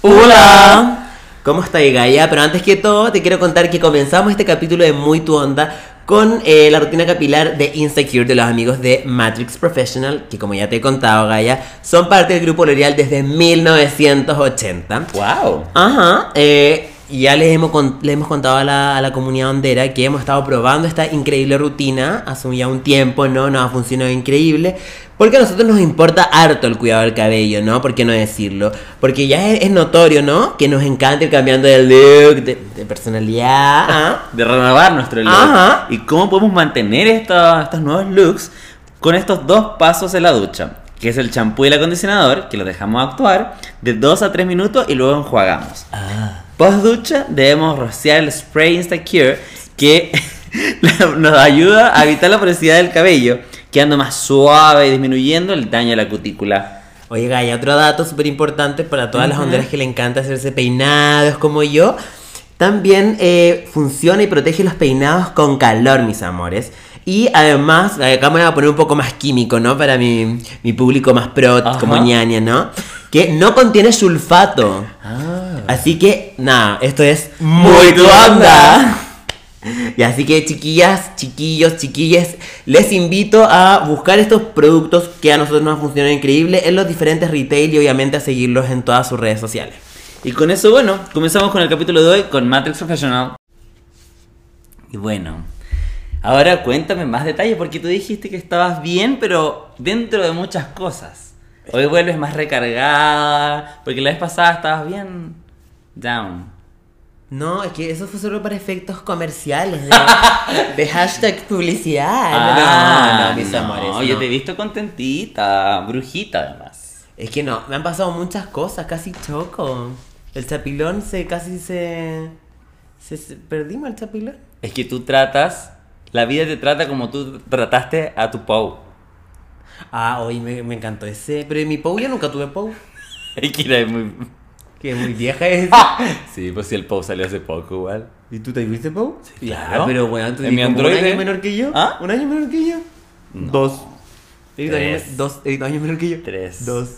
Hola. ¿Cómo estáis, Gaia? Pero antes que todo, te quiero contar que comenzamos este capítulo de Muy Tu Onda con eh, la rutina capilar de Insecure de los amigos de Matrix Professional, que como ya te he contado, Gaia, son parte del grupo L'Oreal desde 1980. ¡Wow! Ajá. eh, ya les hemos, con- le hemos contado a la, a la comunidad hondera que hemos estado probando esta increíble rutina hace ya un tiempo, ¿no? Nos ha funcionado increíble. Porque a nosotros nos importa harto el cuidado del cabello, ¿no? ¿Por qué no decirlo? Porque ya es, es notorio, ¿no? Que nos encanta ir cambiando de look, de, de personalidad. ¿ah? De renovar nuestro look. Ajá. ¿Y cómo podemos mantener esta- estos nuevos looks con estos dos pasos en la ducha? Que es el champú y el acondicionador, que los dejamos actuar de 2 a 3 minutos y luego enjuagamos. Ah. Post ducha debemos rociar el spray Instacure que la- nos ayuda a evitar la porosidad del cabello, quedando más suave y disminuyendo el daño a la cutícula. Oye, Gaya, otro dato súper importante para todas las honderas que le encanta hacerse peinados como yo. También eh, funciona y protege los peinados con calor, mis amores. Y además, eh, acá me voy a poner un poco más químico, ¿no? Para mi, mi público más pro, Ajá. como ñaña, ¿no? Que no contiene sulfato. Así que, nada, esto es muy tu onda. Y así que chiquillas, chiquillos, chiquilles, les invito a buscar estos productos que a nosotros nos funcionan increíble en los diferentes retail y obviamente a seguirlos en todas sus redes sociales. Y con eso, bueno, comenzamos con el capítulo de hoy con Matrix Professional. Y bueno, ahora cuéntame más detalles, porque tú dijiste que estabas bien, pero dentro de muchas cosas. Hoy vuelves más recargada, porque la vez pasada estabas bien down. No, es que eso fue solo para efectos comerciales de, de hashtag publicidad. Ah, no, no, mis amores. Ah, Yo no. te he visto contentita, brujita además. Es que no, me han pasado muchas cosas, casi choco. El chapilón se casi se. se, se- ¿Perdimos el chapilón? Es que tú tratas, la vida te trata como tú trataste a tu Pau. Ah, hoy me, me encantó ese. Pero en mi Pou yo nunca tuve Pou. Es que era muy... Que es muy vieja es. Sí, pues si el Pau salió hace poco igual. ¿Y tú te viste Pou? Sí, claro. claro. Pero bueno, tú En mi eres como un androide. año menor que yo. ¿Ah? ¿Un año menor que yo? Dos. Eres dos Tres. años- Dos, eres dos años menor que yo. Tres. Dos.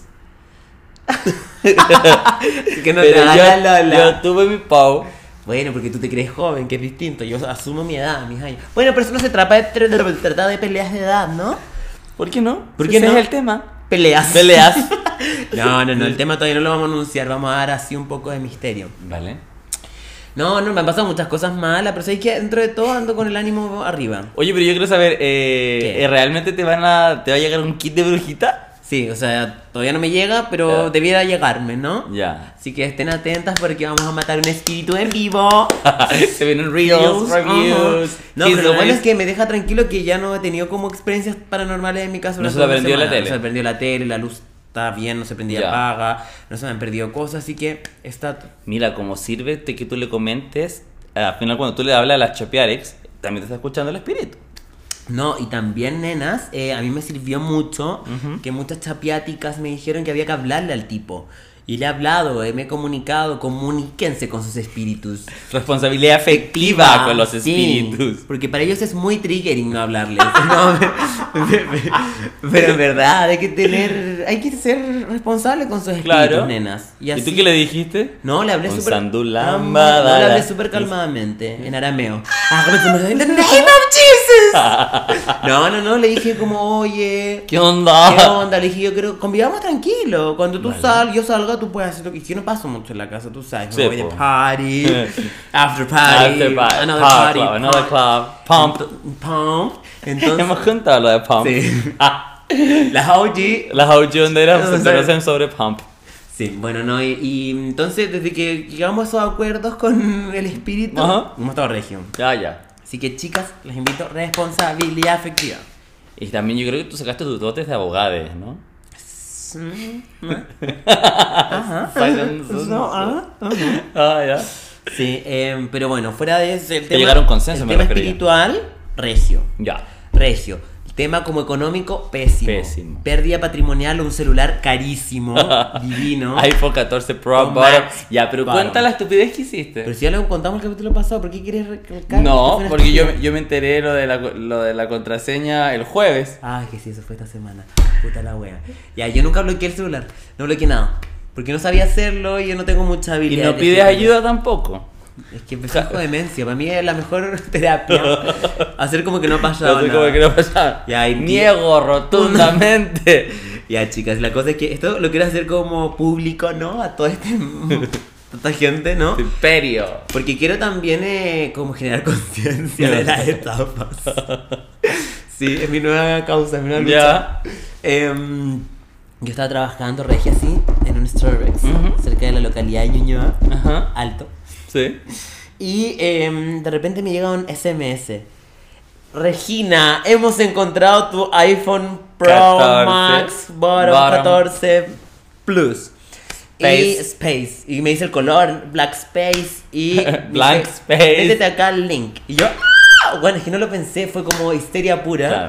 Así que no te Pero hagas yo, la yo tuve mi Pau. Bueno, porque tú te crees joven, que es distinto. Yo asumo mi edad, mis años. Bueno, pero eso no se trata de, tra- trata de peleas de edad, ¿no? ¿Por qué no? ¿Por ¿Por qué qué no? es el tema. Peleas. Peleas. No, no, no. El tema todavía no lo vamos a anunciar. Vamos a dar así un poco de misterio. Vale. No, no, me han pasado muchas cosas malas, pero sabéis que dentro de todo ando con el ánimo arriba. Oye, pero yo quiero saber, eh, ¿Qué? eh, ¿realmente te van a, te va a llegar un kit de brujita? Sí, o sea, todavía no me llega, pero Ya. debiera llegarme, ¿no? Ya. Así que estén atentas porque vamos a matar un espíritu en vivo. Ah, Se vienen reels, Ajá. reviews. No, pero lo teasers. bueno es que me deja tranquilo que ya no he tenido como experiencias paranormales en mi casa. No durante se te ha una prendido la semana. tele. No se me prendió la tele, la luz está bien, no se prendía Ya. apaga, no se me han perdido cosas, así que está... Mira, como sirve te- que tú le comentes, al final cuando tú le hablas a las Chopiarex, también te está escuchando el espíritu. No, y también, nenas, eh, a mí me sirvió mucho que muchas chapiáticas me dijeron que había que hablarle al tipo. Y le he hablado, eh, me he comunicado, comuníquense con sus espíritus. Ah, Responsabilidad afectiva con los Sí, espíritus. Porque para ellos es muy triggering no hablarles. No, me- me- me- pero en verdad, hay que tener, hay que ser responsable con sus espíritus, Claro. nenas. Y, ¿Y, así, tú qué le dijiste? No, le hablé Un súper... sandulamba, No, le hablé dala. súper calmadamente, en arameo. Ah, ¿cómo se me- In the name of Jesus. No, no, no, le dije como, oye... ¿Qué onda? ¿Qué onda? Le dije, yo creo, convivamos tranquilo. Cuando tú sal, yo salga, tú puedes hacer lo que yo no paso mucho en la casa, tú sabes. me Sí, voy de po. party, after party, After Ah, party, another pub party, club, another club, pump. Ent- pump. Entonces, Hemos contado lo de Pump. Sí. Ah, las OG. las audicioneras No se sé. conocen sobre Pump. Sí, bueno, no, y, y entonces desde que llegamos a esos acuerdos con el espíritu, Ajá. hemos estado regio. Ya, ya. Así que chicas, les invito responsabilidad afectiva. Y también yo creo que tú sacaste tus dotes de abogados, ¿no? Ajá. Ah. No, ajá, ajá. Ah, ya. Sí, em, pero bueno, fuera de ese el Que tema, llegara a un consenso, el me tema refería. espiritual, regio, Ya. regio. Tema como económico, pésimo. Pésimo. Pérdida patrimonial, un celular carísimo, divino. iPhone 14 Pro, Con bottom. Max Ya, pero bottom. cuenta la estupidez que hiciste. Pero si ya lo contamos el capítulo pasado, ¿por qué quieres recalcar? No, Fue una porque yo, estupidez. yo me enteré lo de, la, lo de la contraseña el jueves. Ay, que sí, eso fue esta semana. Puta la wea. Ya, yo nunca bloqueé el celular. No bloqueé nada. Porque no sabía hacerlo y yo no tengo mucha Y habilidad. no pides ayuda tampoco. Es que me fijo demencia. Para mí es la mejor terapia. Hacer como que no ha pasado Así nada. como que no pasa. Ya, y- Niego rotundamente. Ya, chicas, la cosa es que esto lo quiero hacer como público, ¿no? A toda, este, a toda esta gente, ¿no? Imperio. Porque quiero también eh, como generar conciencia de las etapas. Sí, es mi nueva causa, es mi nueva lucha. Ya. Em, yo estaba trabajando, regia así, en un Starbucks, Ujú. cerca de la localidad de Ñuñoa, Ajá. alto. Sí. Y em, de repente me llega un SMS. Regina, hemos encontrado tu iPhone Pro 14, Max Bottom, bottom. 14 Plus. Y Space. Space. Y me dice el color, Black Space. Y me Blank dice, space. Métete acá el link. Y yo, ¡ah! bueno, es que no lo pensé, fue como histeria pura. Claro.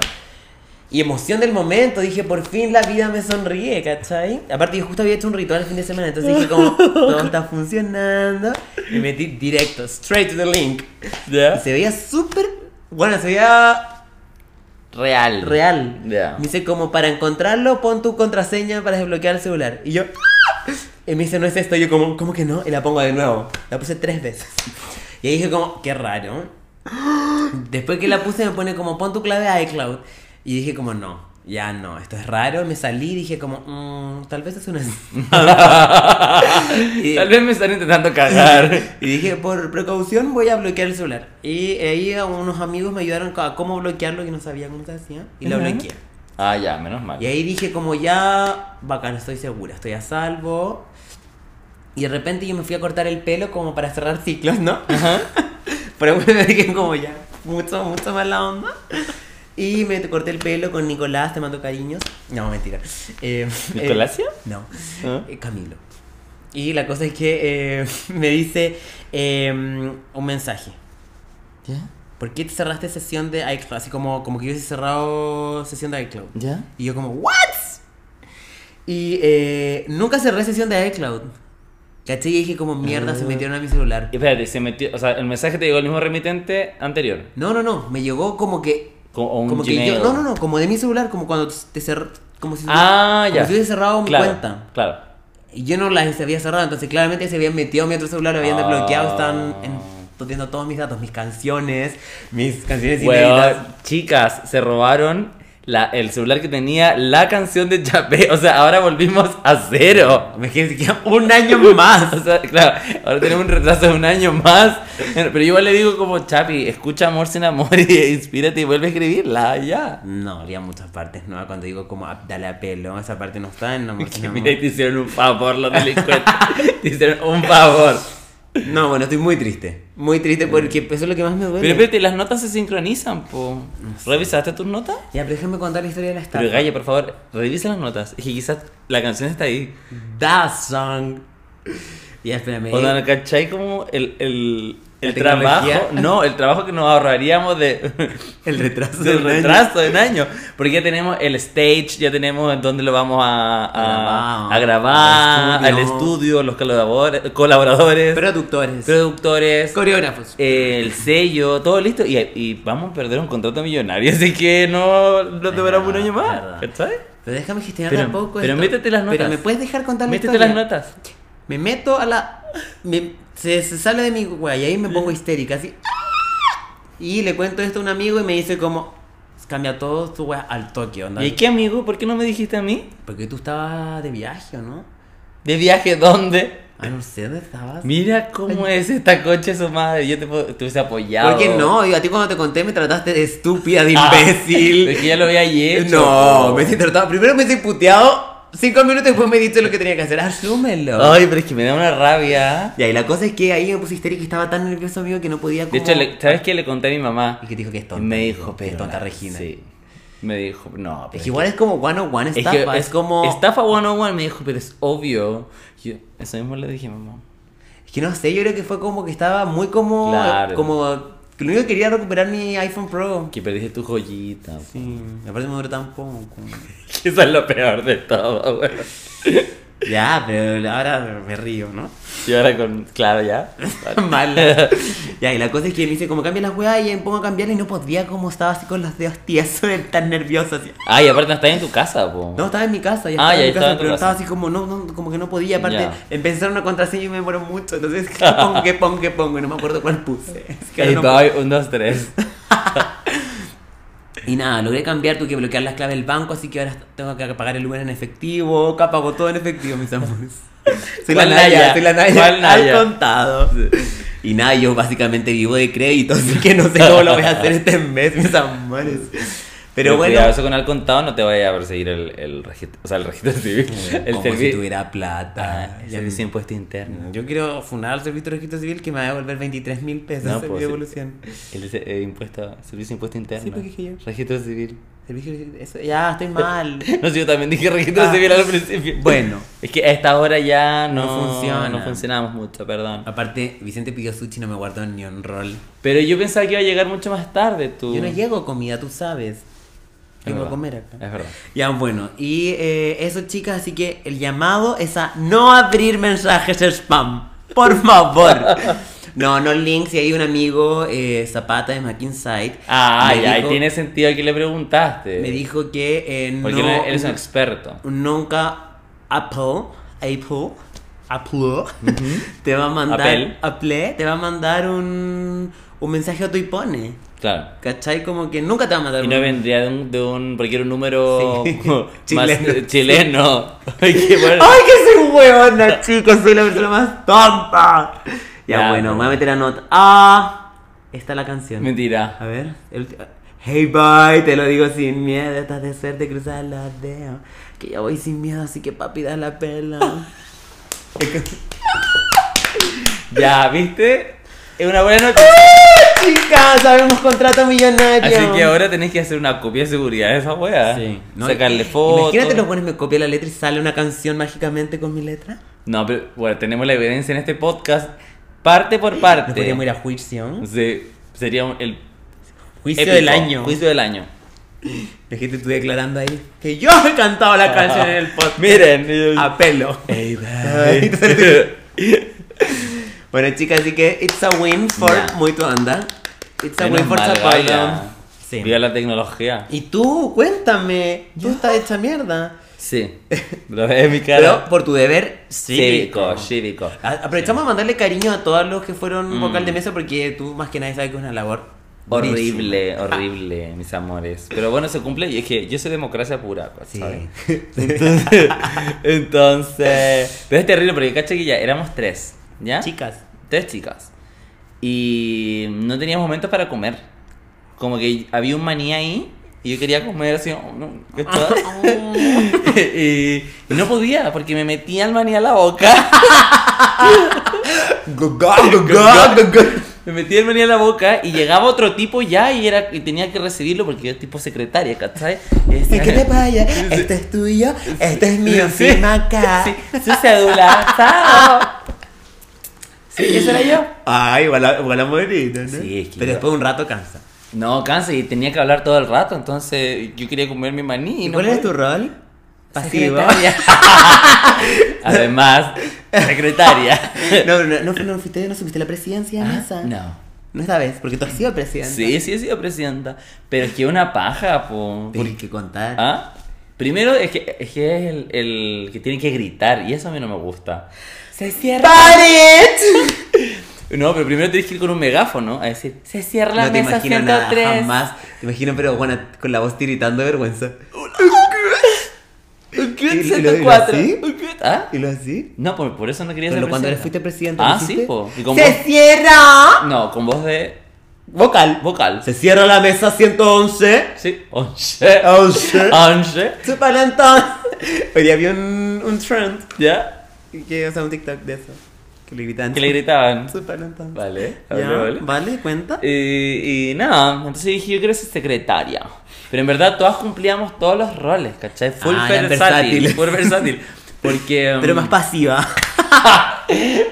Y emoción del momento, dije, por fin la vida me sonríe, ¿cachai? Aparte, yo justo había hecho un ritual el fin de semana, entonces dije, como, todo está funcionando. Y metí directo, straight to the link. Y Ya. se veía súper, bueno, se veía Real. real. Ya. Me dice, como, para encontrarlo, pon tu contraseña para desbloquear el celular. Y yo, ¡ah! y me dice, no es esto. Y yo, como, ¿cómo que no? Y la pongo de nuevo. La puse tres veces. Y ahí dije, como, qué raro. Después que la puse me pone como pon tu clave a iCloud. Y dije como no, ya no, esto es raro. Me salí y dije como "Mm, tal vez es una... Y- Tal vez me están intentando cagar. y dije por precaución voy a bloquear el celular. Y ahí a unos amigos me ayudaron a cómo bloquearlo que no sabía cómo se hacía. Y lo Ujú. bloqueé. Ah, ya, menos mal. Y ahí dije como ya, bacán, estoy segura, estoy a salvo. Y de repente yo me fui a cortar el pelo como para cerrar ciclos, ¿no? Pero me dije como ya, mucho, mucho más la onda. Y me corté el pelo con Nicolás, te mando cariños. No, mentira. Eh, ¿Nicolás? eh, no, Ah. Eh, Camilo. Y la cosa es que eh, me dice eh, un mensaje. ¿Ya? ¿Por qué te cerraste sesión de iCloud? Así como, como que yo hubiese cerrado sesión de iCloud. ¿Ya? Y yo como, ¿what? Y eh, nunca cerré sesión de iCloud. ¿Cachai? Y dije como, mierda, Ah. se metieron a mi celular. Y espérate, se metió, o sea, el mensaje te llegó el mismo remitente anterior. No, no, no, me llegó como que Como, o un como que Gmail. yo, no, no, no, como de mi celular, como cuando te cer- como si Ah, como ya. si hubiese cerrado mi claro, cuenta. Claro. Y yo no las había cerrado, entonces claramente se habían metido a mi otro celular, lo habían Ah. desbloqueado, están en- viendo todos mis datos, mis canciones, mis canciones inéditas. Weón, chicas, se robaron la, el celular que tenía la canción de Chapé. O sea, ahora volvimos a cero. Me quedé que un año más. O sea, claro, ahora tenemos un retraso de un año más. Pero yo igual le digo como, Chapi, escucha Amor sin Amor y inspírate y vuelve a escribirla, ya. No, había muchas partes, ¿no? Cuando digo como ah, dale a pelo, esa parte no está en Amor sin Que Amor. mira, y te hicieron un favor los delincuentes. te hicieron un favor. No, bueno, estoy muy triste. Muy triste porque eso es lo que más me duele. Pero espérate, las notas se sincronizan, po. ¿Revisaste tus notas? Ya, pero déjame contar la historia de la estafa. Pero Gaya, por favor, revisa las notas. Es que quizás la canción está ahí. That song. Ya, espérame. O sea, ¿cachai? Como el, el, el ¿La tecnología? trabajo. No, el trabajo que nos ahorraríamos de, El retraso del un año. retraso de un año. Porque ya tenemos el stage, ya tenemos en dónde lo vamos a, a- A a grabar, grabar, al al estudio. estudio, los colaboradores, colaboradores Productores. productores, coreógrafos. eh, el sello, todo listo. Y, y vamos a perder un contrato millonario, así que no, no Es te verás un verdad, año es verdad. más. ¿Cachai? Pero déjame gestionar Pero- un poco pero esto. métete las notas. Pero me puedes dejar contar la Métete historia? las notas. Me meto a la... me- se, se sale de mi güey y ahí me pongo histérica, así... Y le cuento esto a un amigo y me dice como... Cambia todo tu wea al Tokio, onda. ¿Y qué, amigo? ¿Por qué no me dijiste a mí? Porque tú estabas de viaje, ¿o no? ¿De viaje dónde? Ah, no sé dónde estabas. Mira cómo es esta coche su madre. Yo te, puedo- te hubiese apoyado. ¿Por qué no? Digo, a ti cuando te conté me trataste de estúpida, de Ah, imbécil. es que ya lo había hecho. No, me he tratado. Primero me he puteado. Cinco minutos después me he dicho lo que tenía que hacer. Asúmelo. Ay, pero es que me da una rabia. Y ahí la cosa es que ahí me puse histérica y estaba tan nervioso, amigo, que no podía. De Como... hecho, le- ¿sabes qué? Le conté a mi mamá. Y que dijo que es Y tonta. me dijo, que es pero. tonta la- Regina. Sí. Me dijo, no, pero. Es que igual es como one on one es que- estafa. Es, como. Estafa 101 me dijo, pero es obvio. Yo, eso mismo le dije a mamá. Es que no sé, yo creo que fue como que estaba muy como. Claro. Como. que Lo único que quería era recuperar mi iPhone Pro. Que perdiste tu joyita. Sí, me parece me duró tan poco. Que Eso es lo peor de todo, güey. ya, pero ahora me río, ¿no? Y ahora con. Claro, ya. Vale. Mala. Ya, y la cosa es que me dice, como cambia las weas, y me pongo a cambiarla y no podía, como estaba así con los dedos tiesos, de tan nervioso. Así. Ay, aparte no estás en tu casa, po. No, estaba en mi casa, ya Ah, estaba en ya mi casa, estaba en tu pero casa. estaba así como, no, no, como que no podía. Aparte, Ya. empezar una contraseña y me demoró mucho. Entonces, ¿qué pongo, qué pongo, qué pongo? Y no me acuerdo cuál puse. Así que ahora Ey, no voy, un, dos, tres. Y nada, logré cambiar, tuve que bloquear las claves del banco, así que ahora tengo que pagar el Uber en efectivo, que pago todo en efectivo, mis amores. Soy la ¿Cuál Naya, Naya? soy la Naya, ¿Cuál Naya? al contado. Y nada, yo básicamente vivo de crédito, así que no sé cómo lo voy a hacer este mes, mis amores. Pero bueno, Cuidado, eso con al contado no te vaya a perseguir el, el registro. O sea, el registro civil. el como si servicio. Ah, tuviera plata. el Ya servicio de impuesto interno. Yo quiero funar al servicio de registro civil que me va a devolver 23 mil pesos No, en pues, mi devolución. El, eh, impuesto, servicio de impuesto interno. Sí, pues, dije yo. Registro civil. Servicio de- eso- ya, estoy mal. No sé, yo también dije registro Ah. civil al principio. Bueno. Es que a esta hora ya no, No funciona. No funcionamos mucho, perdón. Aparte, Vicente pidió sushi, no me guardó ni un rol. Pero yo pensaba que iba a llegar mucho más tarde tú. Yo no llego a comida, tú sabes. Uh. Es Tengo que verdad, comer acá. Es verdad. Ya, bueno, y eh, eso, chicas, así que el llamado es a no abrir mensajes spam. Por favor. No, no links. Y hay un amigo, eh, Zapata de McInsight. Ah, me ya, ahí dijo- tiene sentido que le preguntaste. Me dijo que eh, no. Porque no, él es un experto. Nunca Apple, Apple, Apple, te va a mandar. Apple. Apple, te va a mandar un, un mensaje a tu iPhone. Claro. ¿Cachai? Como que nunca te va a mandar Y un no vendría de un, de un porque era un número Sí. más Chileno. eh, chileno. Ay, qué bueno. ¡Ay, que soy huevona, chicos! Soy la persona más tonta. Ya, Ya, bueno, pero- me voy a meter la nota. ¡Ah! Está la canción. Mentira. A ver. el ulti- Hey, bye, te lo digo sin miedo. Estás de suerte cruzar los dedos. Que ya voy sin miedo, así que papi, da la pela. Ya, ¿viste? Es una buena noticia. Chicas, sabemos contrato millonario. Así que ahora tenés que hacer una copia de seguridad de esa wea. Sí. No, Sacarle fotos. Imagínate, los pones, me copia la letra y sale una canción mágicamente con mi letra. No, pero bueno, tenemos la evidencia en este podcast. Parte por parte. Nos podríamos ir a juicio. Sí, sería un- el Juicio épico, del año. Juicio del año. La gente estuvo declarando ahí que yo he cantado la canción en el podcast. Miren. yo- A pelo. Ey, Ay. Bueno, chicas, así que it's a win for Ya. muy tu anda. It's a Menos win for mal, Zapallo. Gaia. Sí. Viva la tecnología. Y tú, cuéntame. Tú estás hecha mierda. Sí. Lo ves en mi Pero cara. por tu deber cívico. Cívico, cívico. A- Aprovechamos a mandarle cariño a todos los que fueron vocal de mesa porque tú más que nadie sabes que es una labor Horrible, horrible, mis amores. Pero bueno, se cumple y es que yo soy democracia pura, pues, Sí. ¿sabes? Entonces, entonces- Pero es terrible porque caché que ya éramos tres, ¿ya? Chicas. Tres chicas. Y no teníamos momentos para comer. Como que había un maní ahí y yo quería comer así. oh, no, Ah, ¿cachai? oh. y, y no podía porque me metía el maní a la boca. Me metía el maní a la boca y llegaba otro tipo ya y era y tenía que recibirlo porque era tipo secretaria, ¿cachai? Y decía- ¿Qué te pasa? Este es tuyo, este es mío, Sí. firma acá. Sí, su cédula. chao. Sí, eso era yo. Ay, igual a, igual a bonito, ¿no? Sí, es que Pero yo- después de un rato cansa. No, cansa y tenía que hablar todo el rato, entonces yo quería comer mi maní. ¿Y no cuál podía. es tu rol? Pasivo. Secretaria. Además, secretaria. No, no, no, no, fuiste, no subiste la presidencia de mesa. No. No esta vez, porque tú has sido presidenta. Sí, sí he sido presidenta. Pero es que una paja, po. Tienes que contar. ¿Ah? Primero es que es, que es el, el que tiene que gritar y eso a mí no me gusta. Se cierra. ¡Paret! No, pero primero tienes que ir con un megáfono a decir, se cierra la No te mesa imagino 103. nada, jamás. Te imagino, pero bueno, con la voz tiritando de vergüenza. Un ¿Y- club y lo- y lo 104. así? Un club- ¿Ah? ¿Y lo así? No, por, por eso no quería Pero ser cuando eres- presidenta. fuiste presidente, Ah, ¿lo sí, hiciste? po. Y con ¡Se cierra! voz- No, con voz de Vocal. vocal. Se cierra la mesa 111. Sí. Oh, Once. Once. Once. Súper entonces. Hoy día había un, un trend. ¿Ya? Que, o sea, un TikTok de eso. Que le gritan. Que le gritaban. Súper entonces. Vale, Ya, vale, vale. vale. Eh, ¿Cuenta? Y, y nada, entonces dije, yo quiero ser secretaria. Pero en verdad todas cumplíamos todos los roles, ¿cachai? Full Ah, eran versátil. versátiles. Full versátil. Porque... um, Pero más pasiva.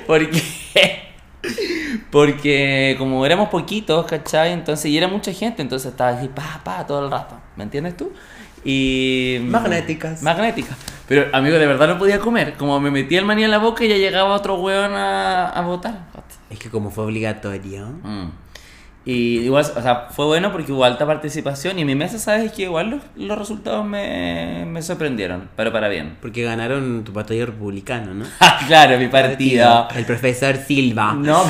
Porque. Porque como éramos poquitos, ¿cachai? Entonces, y era mucha gente, entonces estaba así, pa, pa, todo el rato. ¿Me entiendes tú? Y... mm, Magnéticas. Magnéticas. Pero, amigo, de verdad no podía comer. Como me metía el maní en la boca y ya llegaba otro weón a, a botar. Es que como fue obligatorio. Mm. Y igual, o sea, fue bueno porque hubo alta participación y en mi mesa, sabes que igual los, los resultados me, me sorprendieron, pero para bien. Porque ganaron tu partido republicano, ¿no? Ah, claro, mi partido. El profesor Silva. No.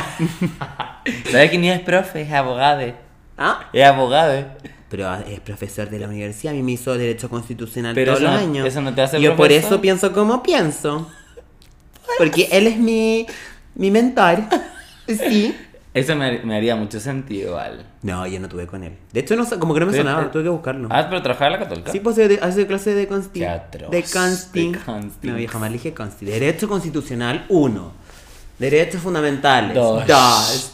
¿Sabes que ni es profe? Es abogado. Ah, Es abogado. pero es profesor de la universidad. A mí me hizo Derecho Constitucional Pero todos eso los no- años. eso no te hace Y Yo por profesor. eso pienso como pienso. Porque él es mi, mi mentor. Sí. Eso me, me haría mucho sentido, igual. No, yo no tuve con él. De hecho, no, sé- como que no me Pero- sonaba, tuve que buscarlo. Ah, pero trabajaba en la católica. Sí, pues hace- hace clase de consti. Qué atroz. De consti. De consti. No, yo jamás le dije consti. Derecho constitucional 1. Derechos fundamentales Dos. 2.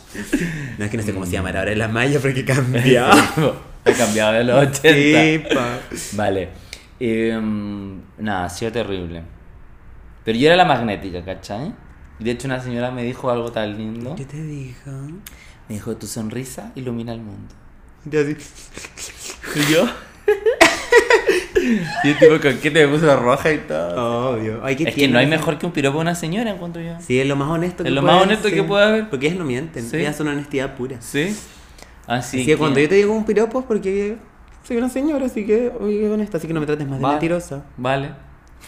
No es que no sé cómo se llamará ahora en la malla porque cambió. He cambiado de los 80. Sí, pa. Vale. Eh, nada, ha sido terrible. Pero yo era la magnética, ¿cachai? Y de hecho una señora me dijo algo tan lindo. ¿Qué te dijo? Me dijo, tu sonrisa ilumina el mundo. Y yo así, ¿Y yo? y el tipo con qué te puso roja y todo. Obvio. Ay, qué es que no hay tierno. mejor que un piropo a una señora, encuentro yo. Sí, es lo más honesto Es lo más puede honesto ser. que puede haber. Porque ellos no mienten. Sí. Ellas son honestidad pura. ¿Sí? Así así que cuando yo te digo un piropo es porque soy una señora, así que soy honesta, así que no me trates más de Va- mentirosa. Vale.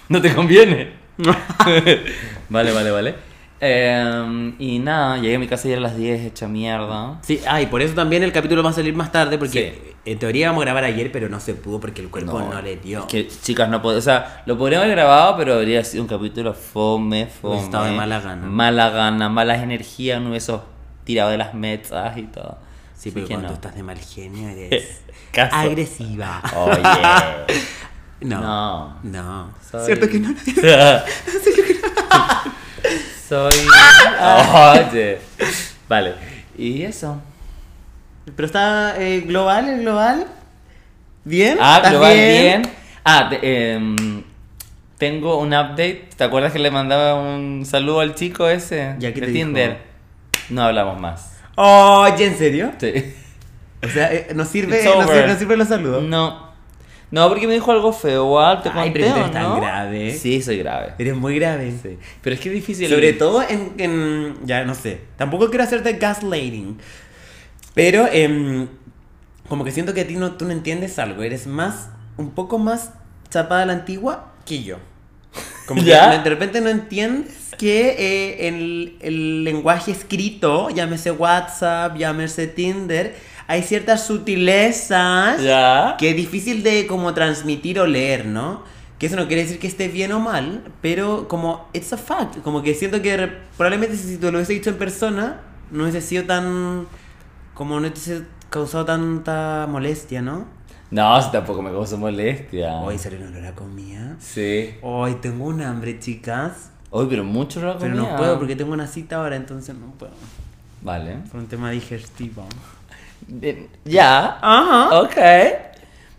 No te conviene. vale, vale, vale. Eh, y nada, llegué a mi casa ayer a las 10, hecha mierda. Sí, ah, y por eso también el capítulo va a salir más tarde, porque Sí. en teoría íbamos a grabar ayer, pero no se pudo porque el cuerpo no, le dio. Es que, chicas, no puedo. O sea, lo podríamos haber grabado, pero habría sido un capítulo fome, fome. Hubiese estado de mala gana. Mala gana, malas energías, no hubiese tirado de las metas y todo. Sí, Así pero que cuando no. estás de mal genio eres Caso. agresiva. Oye. No. no. No. Soy- Cierto que no. Soy. Oye. Vale. Y eso. Pero está eh, global, el global. Bien. ¿Eh? Ah, ¿Estás pero va bien. Ah, te- em, tengo un update. ¿Te acuerdas que le mandaba un saludo al chico ese? Ya, ¿qué de te dijo? Tinder. No hablamos más. Oye, ¿en serio? Sí. O sea, eh, no sirve, It's no over. sirve, no sirve los saludos. No. No, porque me dijo algo feo, igual te Ay, conté, pero tú ¿o eres tan no? grave. Sí, soy grave. Eres muy grave. Sí. Pero es que es difícil. Sobre todo en, en- Ya no sé. Tampoco quiero hacerte gaslighting. Pero em, como que siento que a ti no, tú no entiendes algo. Eres más. Un poco más chapada a la antigua que yo. Como que ¿Ya? de repente no entiendes que eh, el, el lenguaje escrito, llámese WhatsApp, llámese Tinder, hay ciertas sutilezas Ya. que es difícil de como transmitir o leer, ¿no? Que eso no quiere decir que esté bien o mal, pero como it's a fact, como que siento que re- probablemente si te lo hubiese dicho en persona no hubiese sido tan como no hubiese causado tanta molestia, ¿no? No, si tampoco me causó molestia. Hoy salió un olor a comida. Sí. Hoy tengo un hambre, chicas. Hoy, pero mucho lo Pero no puedo porque tengo una cita ahora, entonces no puedo. Vale. Por un tema digestivo. Eh, Ya. Ajá. Ok.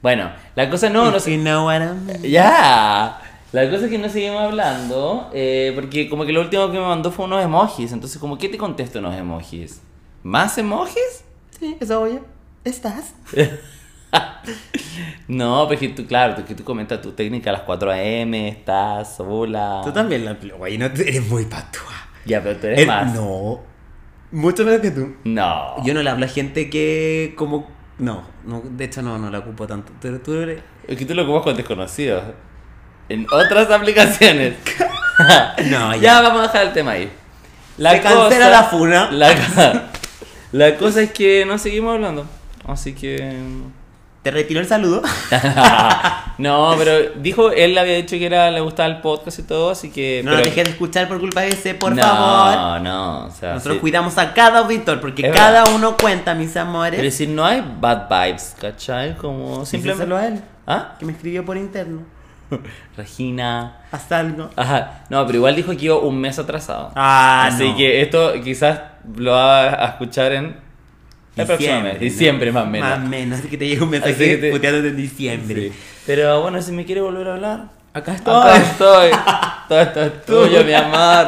Bueno, la cosa no, no sé. You know what I mean. Ya. La cosa es que no seguimos hablando, eh, porque como que lo último que me mandó fue unos emojis. Entonces, como, ¿qué te contesto unos emojis? ¿Más emojis? Sí, eso oye. ¿Estás? No, porque tú, claro, tú, que tú comentas tu técnica a las 4 a.m., estás sola. Tú también la güey, no te- eres muy patúa. Ya, pero tú eres Eh, más. Oh. No. No. Mucho menos que tú. Yo no le hablo a gente que como... No, no de hecho no, no la ocupo tanto. Pero tú eres... Es que tú lo ocupas con desconocidos. En otras aplicaciones. No, ya. Ah, ya. vamos a dejar el tema ahí. Se cancela la funa. La, co- la cosa es que no seguimos hablando. Así que. Te retiro el saludo. no, pero dijo, él había dicho que era, le gustaba el podcast y todo, así que. No pero- lo dejé de escuchar por culpa de ese, por No, favor. No, no. O sea, Nosotros sí. cuidamos a cada auditor porque Es cada verdad. uno cuenta, mis amores. Pero si no hay bad vibes, ¿cachai? Como simplemente. Díselo a él, ¿Ah? que me escribió por interno. Regina. Haz algo. Ajá. No, pero igual dijo que iba un mes atrasado. Ah, Así no. que esto quizás lo va a escuchar en el próximo mes. ¿no? Diciembre más o menos. Más o menos, así que te llega un Así que mensaje te- puteándote en Sí. diciembre. Pero bueno, si me quiere volver a hablar, Acá estoy. acá estoy. Todo esto es tuyo, mi amor.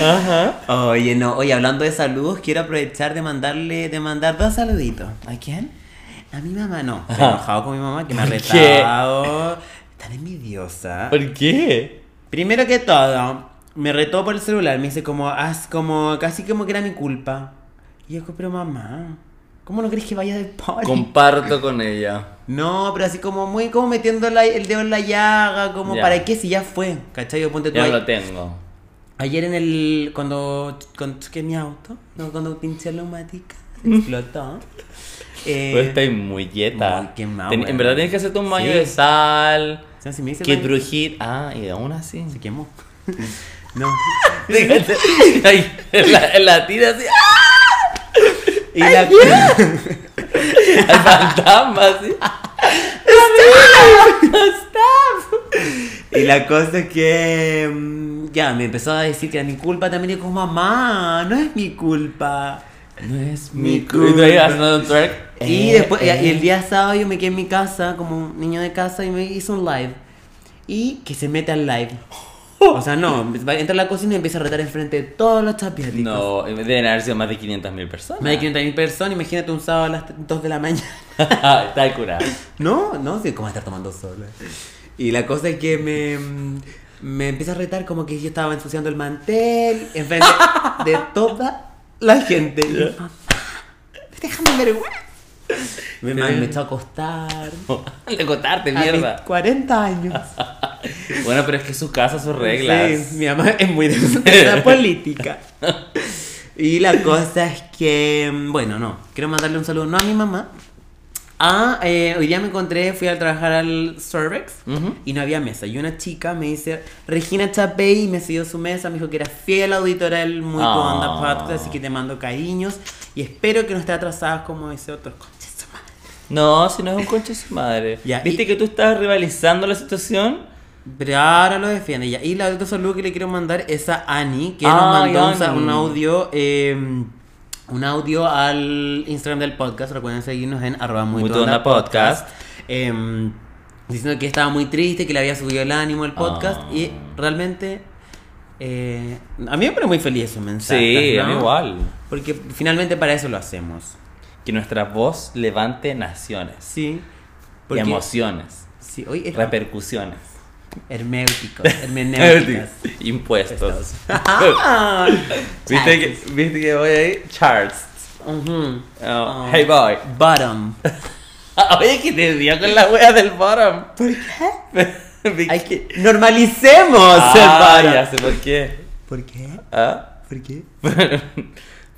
Ajá. Oye, no, oye, hablando de saludos, quiero aprovechar de mandarle, de mandar dos saluditos. ¿A quién? A mi mamá no. Me he Ajá. enojado con mi mamá que me ha ¿Por qué? retado. Tan envidiosa. ¿Por qué? Primero que todo, me retó por el celular. Me dice como, haz como, casi como que era mi culpa. Y yo, pero mamá, ¿cómo no crees que vaya de party? Comparto con ella. No, pero así como muy, como metiendo la- el dedo en la llaga, como, Ya. ¿para qué? Si ya fue, ¿cachai? Yo ponte tú Ya ahí. lo tengo. Ayer en el. Cuando. Cuando choqué mi auto. No, cuando pinché la neumática. Explotó. Eh, Pero estoy muy yeta. muy quemado, Ten- weón. en verdad tienes que hacerte un baño Sí. de sal. o sea, si me dice. Que "Vale", brujit. Ah, y aún así. Se quemó. no. Ay, en la, en la tira así. ¡ah! Y la. El fantasma así. Y la cosa es que. mm, Ya, me empezó a decir que era mi culpa también. Y yo, como, mamá, no es mi culpa. No es mi mi Y tú ahí culpa. haciendo un twerk. Y Eh, después, y- eh. y el día sábado yo me quedé en mi casa, como un niño de casa, y me hizo un live. Y que se mete al live. O sea, no, va- entra a la cocina y empieza a retar enfrente de todos los chapiáticos. No, deben haber sido más de 500.000 personas. Más de 500.000 personas, imagínate un sábado a las 2 de la mañana. Ah, Está el curado. No, no, sí, ¿cómo va a estar tomando sol? Y la cosa es que me, mm, me empieza a retar como que yo estaba ensuciando el mantel enfrente de toda la gente. Y yo, "Mamá, Déjame en vergüenza. Me, me, me echó a acostar. Le contarte, A mis mierda. 40 años. Bueno, pero es que su casa, sus reglas. Sí, mi mamá es muy de la política. Y la cosa es que, bueno, no, quiero mandarle un saludo no a mi mamá. Ah, hoy día me encontré, fui a trabajar al Starbucks Ujú. y no había mesa. Y una chica me dice, Regina Chapey, y me cedió su mesa, me dijo que era fiel auditora del Muy Ah. Onda Podcast, así que te mando cariños y espero que no esté atrasada como ese otro concha de su madre. No, si no es un conche su madre. Ya, ¿Viste y- que tú estabas rivalizando la situación? Pero ahora lo defiende ya. Y la otro saludo que le quiero mandar es a Ani, que nos Ay, mandó un sa- Ani. un, audio. eh, un audio al Instagram del podcast. Recuerden seguirnos en arroba muy Muy tu onda tu onda podcast. Eh, diciendo que estaba muy triste, que le había subido el ánimo al podcast. Ah. Y realmente. eh, a mí me pone muy feliz su mensaje. Sí, ¿no? a mí igual. Porque finalmente para eso lo hacemos. Que nuestra voz levante naciones, Sí. y Porque, emociones, sí, hoy es repercusiones, herméuticos, hermenéuticas. Ah. impuestos. Charts. ¿Viste, que, ¿Viste que voy ahí? Charts. Ujú. Oh, Ah. Hey boy. Ah, Bottom. Oye, que te dio con la wea del bottom. ¿Por qué? Hay que normalicemos ah, el bottom. ya sé por qué. ¿Por qué? ¿Ah? ¿Por qué?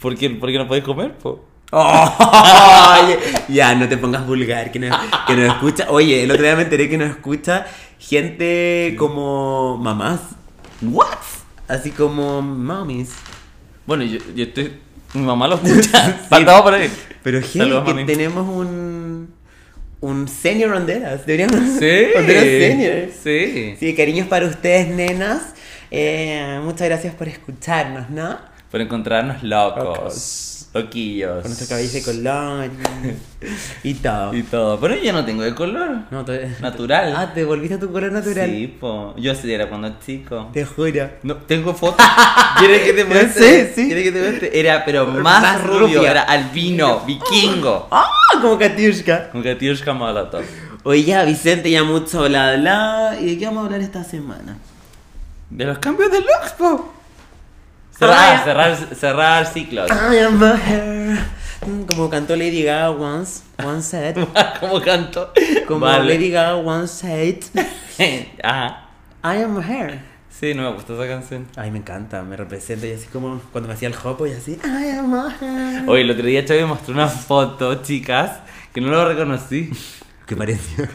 ¿Por qué, por qué no podéis comer? po? Oye, Oh, ya, no te pongas vulgar, que no, que no escucha. Oye, el otro día me enteré que no escucha gente como mamás. ¿What? Así como mamis. Bueno, yo, yo estoy. Mi mamá lo escucha. Faltaba por ahí. Pero gente, Saludos, que mami. tenemos un un senior honderas. Deberíamos Sí. honderas senior. Sí. Sí, cariños para ustedes, nenas. Eh, muchas gracias por escucharnos, ¿no? Por encontrarnos locos. Loquillos. Con nuestro cabello de color y todo. Y todo. Pero yo no tengo de color. No, te- Natural. Ah, te volviste a tu color natural. Sí, po. Yo así era cuando chico. Te juro. No, tengo fotos. ¿Quieres que te Ya muestre? sé, sí. ¿Quieres que te muestre? Era, pero más, Más rubio. rubia. Era albino, vikingo. ¡Ah! Como Katiushka. Con Katiushka Molotov. Oye, ya, Vicente, ya mucho bla bla. ¿Y de qué vamos a hablar esta semana? De los cambios de looks, po. Ah, Cerrar, ya. cerrar, cerrar ciclos. I am a hair. Mm, Como cantó Lady Gaga once, one set. Como canto. Como vale. Lady Gaga one set. Ajá. I am a hair. Sí, no me gusta esa canción. Ay, me encanta, me representa. Y así como cuando me hacía el hopo y así. I am a hair. Oye, el otro día Chavi me mostró una foto, chicas, que no lo reconocí. ¿Qué pareció?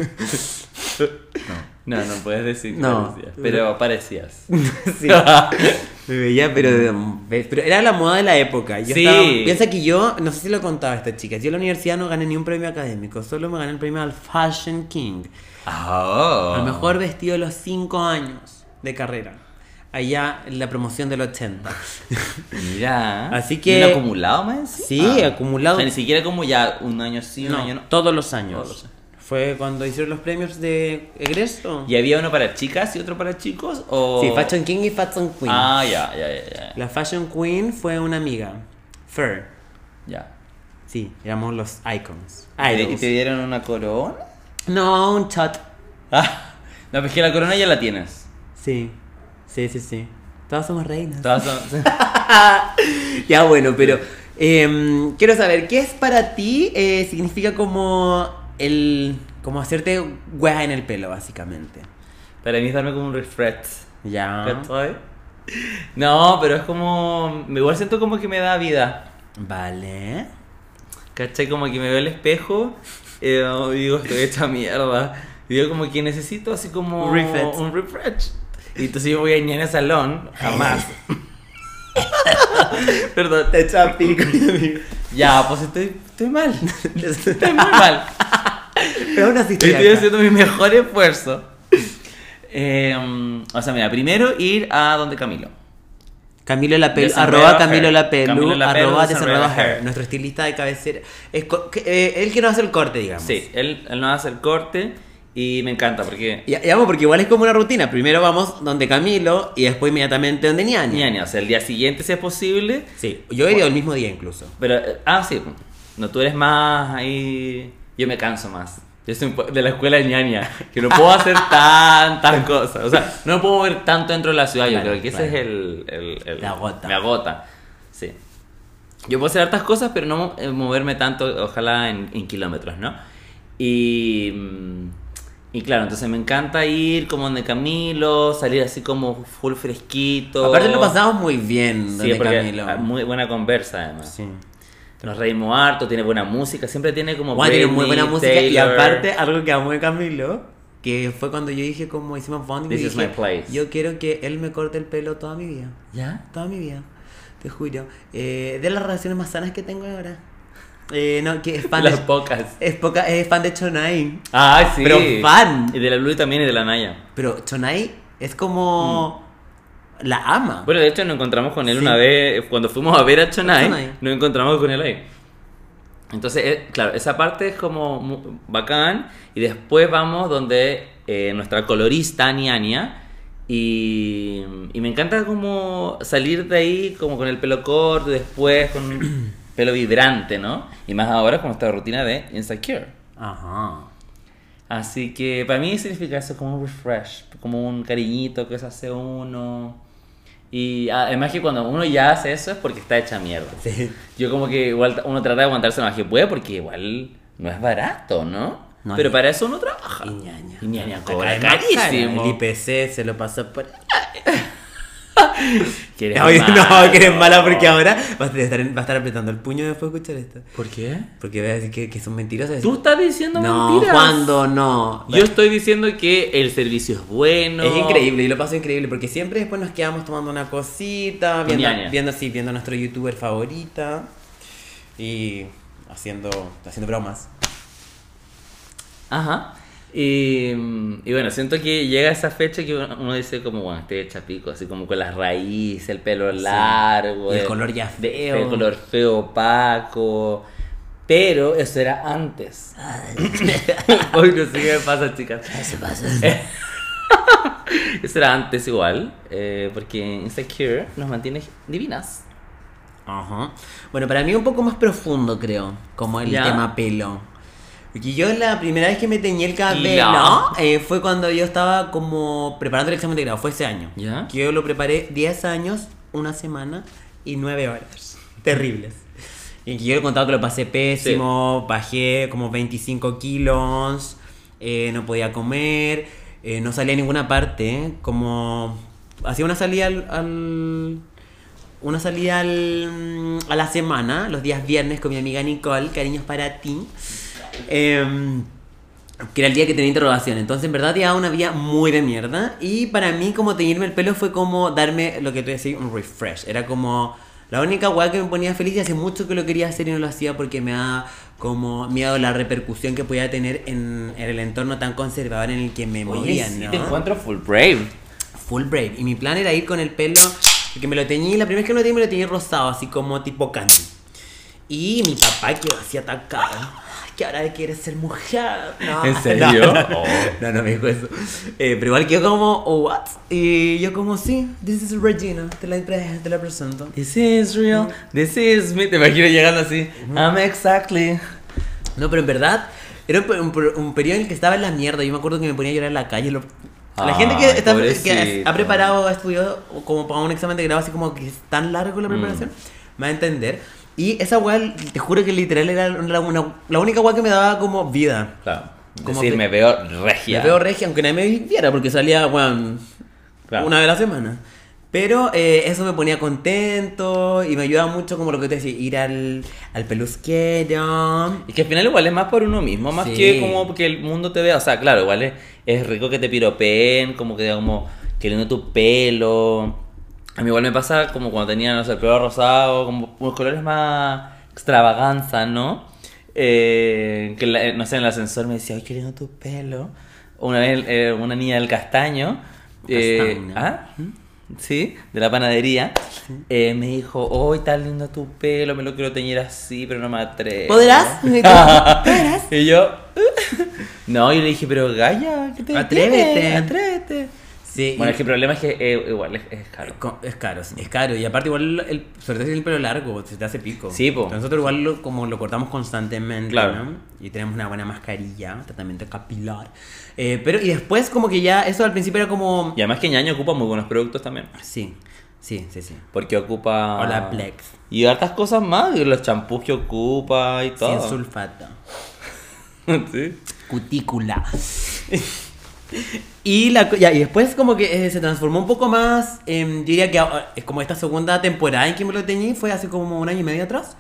No, no puedes decir que No. parecías, pero parecías. Ah. sí. Me veía, pero, de- pero era la moda de la época. Yo Mm. Sí. estaba- piensa que yo, no sé si lo contaba a esta chica, yo en la universidad no gané ni un premio académico, solo me gané el premio al Fashion King. Ah, oh. Al mejor vestido de los 5 años de carrera. Allá en la promoción del 80. Mira. Así ¿Y que- un acumulado más? Sí, acumulado. ah. O sea, ni siquiera como ya un año sí, un No, año no. todos los años. Todos los años. Fue cuando hicieron los premios de egreso. ¿Y había uno para chicas y otro para chicos? O... Sí, Fashion King y Fashion Queen. Ah, ya, ya, ya, ya. La Fashion Queen fue una amiga, Fer. ya. Sí, éramos los icons. ¿Y Idols. te dieron una corona? No, un shot. Ah, no, pues que la corona ya la tienes. Sí, sí, sí, sí. Todas somos reinas. Todas son- Ya bueno, pero em, quiero saber, ¿qué es para ti? eh, significa como el. como hacerte hueá en el pelo, básicamente. Para mí es darme como un refresh. Ya. ¿Cachai? No, pero es como. Igual siento como que me da vida. Vale. ¿Cachai? Como que me veo el espejo eh, y digo, estoy hecha mierda. Y digo, como que necesito así como. Un refresh. Ah, Un refresh. Y entonces yo voy a ir en el salón, jamás. Perdón. Te echa pico. Ya, pues estoy, estoy mal. Estoy muy mal. Pero aún así estoy Estoy acá. haciendo mi mejor esfuerzo. Eh, o sea, mira, primero ir a donde Camilo. Camilo Lapelu, Desenredo arroba Hair. Camilo Lapelu, Camilo Lapelu, arroba Desenredo Desenredo Hair, Hair. nuestro estilista de cabecera. Es co- que, eh, él que nos hace el corte, digamos. Sí, él, él nos hace el corte y me encanta porque Y, y vamos, porque igual es como una rutina. Primero vamos donde Camilo y después inmediatamente donde Ñaña. ñaña, o sea, el día siguiente si es posible, Sí, yo iría el mismo día incluso. pero eh, ah sí, no tú eres más ahí, yo me canso más. Yo soy un po- de la escuela de ñaña, que no puedo hacer tantas cosas, o sea, no me puedo mover tanto dentro de la ciudad, yo Claro, creo que ese claro. es el, el- el- Me agota. Me agota. Sí. Yo puedo hacer hartas cosas, pero no eh, moverme tanto, ojalá en, en kilómetros, ¿no? Y, mm, y claro, entonces me encanta ir como donde Camilo, salir así como full fresquito. Aparte lo pasamos muy bien Sí, donde porque Camilo. ah, muy buena conversa además. Sí. Nos reímos harto, tiene buena música, siempre tiene como Bueno, tiene muy Britney, buena música y Taylor. aparte algo que amo de Camilo, que fue cuando yo dije como hicimos bonding, This yo is dije, my place. yo quiero que él me corte el pelo toda mi vida. ¿Ya? Toda mi vida, te juro. Eh, de las relaciones más sanas que tengo ahora. Eh, no, que es fan Las de... pocas. Es, poca, es fan de Chonai. Ah, sí. Pero fan. Y de la Lulu también y de la Naya. Pero Chonai es como... La ama. Mm. Bueno, de hecho nos encontramos con él Sí. una vez, cuando fuimos a ver a Chonai, Chonai. nos encontramos con él ahí. Entonces, eh, claro, esa parte es como mu- bacán. Y después vamos donde eh, nuestra colorista, Niania. Y, y me encanta como salir de ahí como con el pelo corto y después con un pelo vibrante, ¿no? Y más ahora con esta rutina de Insecure. Ajá. Así que para mí significa eso como un refresh, como un cariñito que se hace uno. Y ah, además que cuando uno ya hace eso es porque está hecha mierda. Sí. Yo como que igual uno trata de aguantarse lo más que puede porque igual no es barato, ¿no? No, Pero y- para eso uno trabaja. Y ñaña. Y ñaña Te cobra cae más cara. carísimo. El IPC se lo pasó por... Que eres Oye, malo. no, que eres mala porque ahora vas a estar, vas a estar apretando el puño después de escuchar esto. ¿Por qué? Porque voy a decir que, que son mentirosas. Tú estás diciendo no, mentiras. cuando no. Yo estoy diciendo que el servicio es bueno. Es increíble, y lo paso increíble, porque siempre después nos quedamos tomando una cosita, viendo, Ñaña. viendo sí, viendo a nuestro youtuber favorita y haciendo, haciendo bromas. Ajá. Y, mm, y bueno, siento que llega esa fecha que uno uno dice como, bueno, estoy hecha pico, así como con las raíces, el pelo largo. Y el color ya feo. El color feo, opaco. Pero eso era antes. Ah. Hoy no sé qué me pasa, chicas. Eso era antes igual, eh, porque Insecure nos mantiene divinas. Ajá. Bueno, para mí un poco más profundo, creo, como el Ya. tema pelo. Porque yo la primera vez que me teñí el cabello Ya. eh, fue cuando yo estaba como preparando el examen de grado, fue ese año. Ya. Que yo lo preparé 10 años, una semana y 9 horas. Terribles. Y que yo le he contado que lo pasé pésimo, bajé como 25 kilos, eh, no podía comer, eh, no salía a ninguna parte, eh, como... Hacía una salida al- al una salida al- mm, a la semana, los días viernes con mi amiga Nicole, cariños para ti, em, que era el día que tenía interrogación. Entonces, en verdad, llevaba una vida muy de mierda. Y para mí, como teñirme el pelo fue como darme lo que tú decís, un refresh. Era como la única weá que me ponía feliz y hace mucho que lo quería hacer y no lo hacía porque me da como miedo la repercusión que podía tener en, en el entorno tan conservador en el que me movía, sí, ¿no? te encuentro full brave. Full brave. Y mi plan era ir con el pelo. Porque me lo teñí. La primera vez que me lo teñí me lo teñí rosado, así como tipo cani. Y mi papá quedó así atacado. Ay, que ahora quiere ser mujer. No, ¿En serio? Oh. No, no, no, no me dijo eso. Eh, pero igual que yo como, oh, what? Y yo como, sí, this is Regina, te la, pre- te la presento. This is real, this is me. Te imagino llegando así. I'm exactly. No, pero en verdad, era un, per- un per- un periodo en el que estaba en la mierda. Yo me acuerdo que me ponía a llorar en la calle. lo- La Ay, gente que, está, que pobrecito. ha preparado, ha estudiado como para un examen de grado, así como que es tan largo la Mm. preparación, me va a entender. Y esa weá, te juro que literal era la, una- la única weá que me daba como vida. Claro. Como decir, que- me veo regia. Me veo regia, aunque nadie me viera, porque salía, weón, Claro. una vez a la semana. Pero eh, eso me ponía contento y me ayudaba mucho, como lo que te decía, ir al, al pelusquero. Y que al final igual es más por uno mismo, más Sí. que como que el mundo te vea. O sea, claro, igual es, es rico que te piropeen, como que como queriendo tu pelo. A mí igual me pasa como cuando tenía, no sé, el pelo rosado, como unos colores más extravaganza, ¿no? Eh, que la- no sé, en el ascensor me decía, ay, qué lindo tu pelo. Una vez eh, una niña del castaño. eh, Castaño. ¿Ah? Sí, de la panadería. eh, me dijo, hoy tan lindo tu pelo, me lo quiero teñir así, pero no me atrevo. ¿Podrás? Y yo, no, yo le dije, pero Gaya, ¿qué te Atrévete. detiene? Atrévete. Sí, Bueno, y- es que el problema es que eh, igual es, es caro. Co- Es caro, sí, es caro. Y aparte, igual, el, sobre todo si el pelo largo, se te hace pico. Sí, po. Nosotros igual lo, como lo cortamos constantemente, Claro. ¿no? Y tenemos una buena mascarilla, tratamiento capilar. Eh, pero, y después como que ya, eso al principio era como... Y además que Ñaño ocupa muy buenos productos también. Sí, sí, sí, sí. Porque ocupa. Hola, Plex. Y hartas cosas más, y los champús que ocupa y Sin todo. sulfato. sí. Cutícula. Y, la, co- ya, y después como que eh, se transformó un poco más, em, yo diría que ah, es como esta segunda temporada en que me lo teñí, fue hace como un año y medio atrás,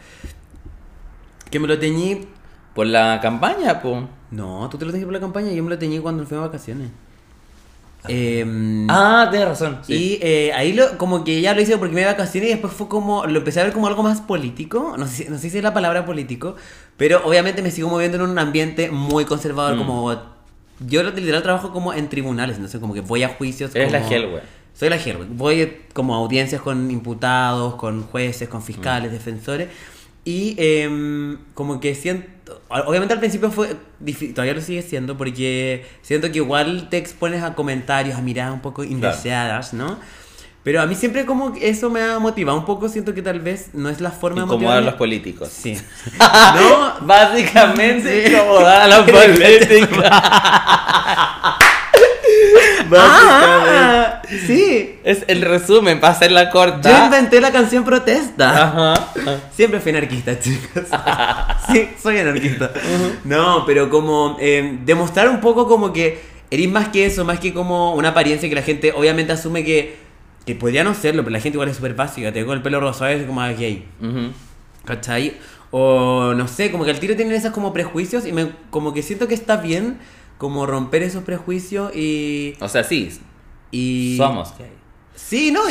que me lo teñí Por la campaña, pues. No, tú te lo teñiste por la campaña, yo me lo teñí cuando fui a vacaciones. Eh, Ah, tienes razón. sí. Y eh, ahí lo, como que ya lo hice porque me iba a vacaciones y después fue como, lo empecé a ver como algo más político, no sé, si- no sé si es la palabra político, pero obviamente me sigo moviendo en un ambiente muy conservador, Mm. como yo literal trabajo como en tribunales, entonces como que voy a juicios. Eres la como- Hel, güey. Soy la Hel, güey. Voy como a audiencias con imputados, con jueces, con fiscales, defensores. Y em, como que siento, obviamente al principio fue, difí- todavía lo sigue siendo, porque siento que igual te expones a comentarios, a miradas un poco indeseadas, ¿no? Pero a mí siempre como que eso me ha motivado un poco, siento que tal vez no es la forma de Incomodar a los motivarme. políticos. Sí. no, Básicamente incomodar a los políticos. ah, sí. Es el resumen para hacer la corta. Yo inventé la canción protesta. Ajá. Siempre fui anarquista, chicos. sí, soy anarquista. No, pero como eh, demostrar un poco como que eres más que eso, más que como una apariencia que la gente obviamente asume que, que podría no serlo, pero la gente igual es súper básica. Te veo con el pelo rosado es como ah, gay. Ujú. ¿Cachai? O no sé, como que al tiro tienen esos como prejuicios y me, como que siento que está bien como romper esos prejuicios y... O sea, sí. y Somos gay. Sí, no,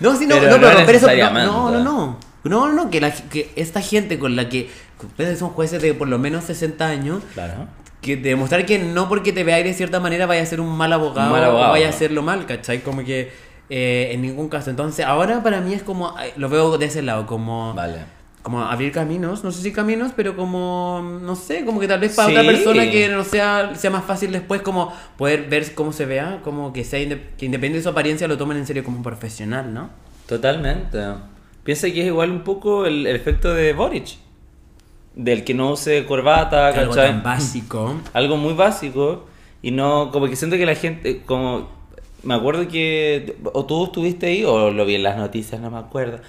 no, sí, no, Pero no, no pero romper eso- no, necesariamente. no, no, no, no, no, que, la- que esta gente con la que que ustedes son jueces de por lo menos 60 años, Claro. que demostrar que no porque te veáis de cierta manera vaya a ser un mal abogado, Un mal abogado, o vaya a ¿no? hacerlo mal, ¿cachai? Como que eh, en ningún caso. Entonces, ahora para mí es como, ay, lo veo de ese lado, como, Vale. como abrir caminos, no sé si caminos, pero como, no sé, como que tal vez para Sí. otra persona que no sea, sea más fácil después como poder ver cómo se vea, como que sea inde- que independiente de su apariencia lo tomen en serio como un profesional, ¿no? Totalmente. Piensa que es igual un poco el, el efecto de Boric. Del que no use corbata, Algo ¿cachai? tan básico. algo muy básico y no como que siento que la gente como me acuerdo que o tú estuviste ahí o lo vi en las noticias no me acuerdo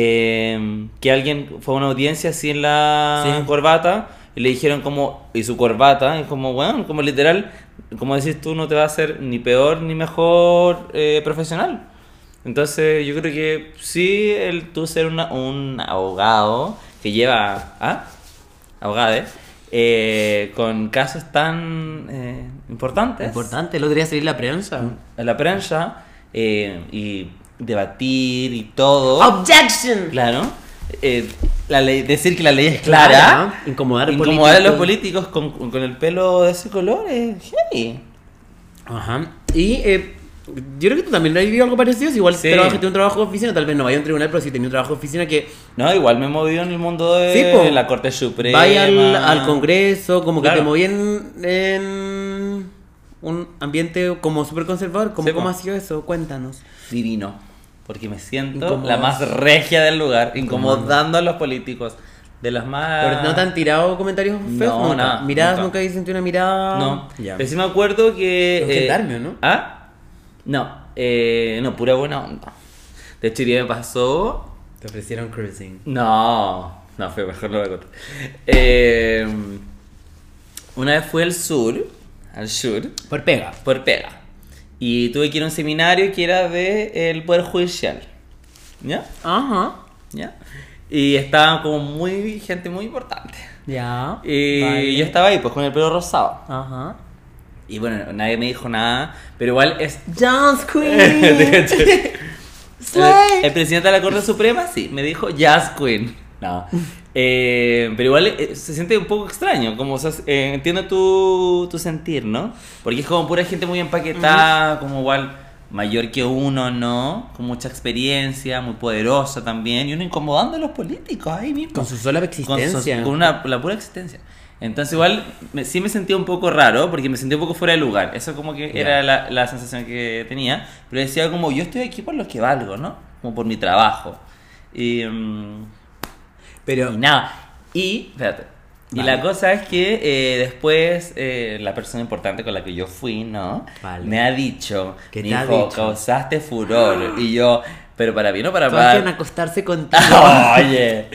eh, que alguien fue a una audiencia así en la Sí. corbata y le dijeron como y su corbata es como bueno como literal como decís tú no te va a hacer ni peor ni mejor eh, profesional entonces yo creo que sí el tú ser una- un abogado que lleva ¿ah? abogados eh, con casos tan eh, importantes Importante, lo debería salir la prensa. a la prensa eh, y debatir y todo. Ah. Objection. Claro. Eh, la ley, decir que la ley es clara. Clara, incomodar a Incomodar a los políticos. políticos con, con el pelo de ese color es heavy. Ajá. Y eh, Yo creo que tú también has vivido algo parecido. Si igual Sí. trabajaste un trabajo de oficina, tal vez no vaya a un tribunal, pero si tenía un trabajo de oficina que No, igual me he movido en el mundo de Sí, po. la Corte Suprema. vaya al, al Congreso, como que Claro. te moví en, en un ambiente como súper conservador. ¿Cómo, Sí, ¿Cómo po. ha sido eso? Cuéntanos. Divino. Porque me siento Incomodo. la más regia del lugar, incomodando a los políticos. De las más. Pero no te han tirado comentarios feos Ah. No, nunca. nada, Miradas nunca. nunca, habéis sentido una mirada. No. Ya. Pero sí me acuerdo que. eh, Los gendarmes, ¿no? ¿Ah? No. eh, no, pura buena onda. De hecho, hoy día me pasó Te ofrecieron cruising. No, no, fue mejor no voy a contar. Eh, una vez fui al sur, al sur, Por pega. por pega. Y tuve que ir a un seminario que era de el Poder Judicial. ¿Ya? Ajá. ¿Ya? Y estaban como muy gente muy importante. Ya. Y Vale. yo estaba ahí, pues con el pelo rosado. Ajá. Y bueno, nadie me dijo nada, pero igual es. Dance De Queen. hecho, Slay. El, el presidente de la Corte Suprema, sí, me dijo Jazz Queen. No. Eh, pero igual eh, se siente un poco extraño, como, o sea, eh, entiendo tu, tu sentir, ¿no? Porque es como pura gente muy empaquetada, como igual mayor que uno, ¿no? Con mucha experiencia, muy poderosa también, y uno incomodando a los políticos ahí mismo. Con su sola Con su- existencia. Con, una, la pura existencia. Entonces igual me- sí me sentía un poco raro porque me sentía un poco fuera de lugar. Eso como que Ya. era la, la sensación que tenía. Pero decía como yo estoy aquí por lo que valgo, ¿no? Como por mi trabajo. Y, mm, Pero y nada. Y, espérate. Y Vale. la cosa es que eh, después eh, la persona importante con la que yo fui, ¿no? Vale. Me ha dicho, ¿Qué me te ha dijo, dicho? causaste furor. Y yo, pero para bien o para mal. Vayan a acostarse con Oye.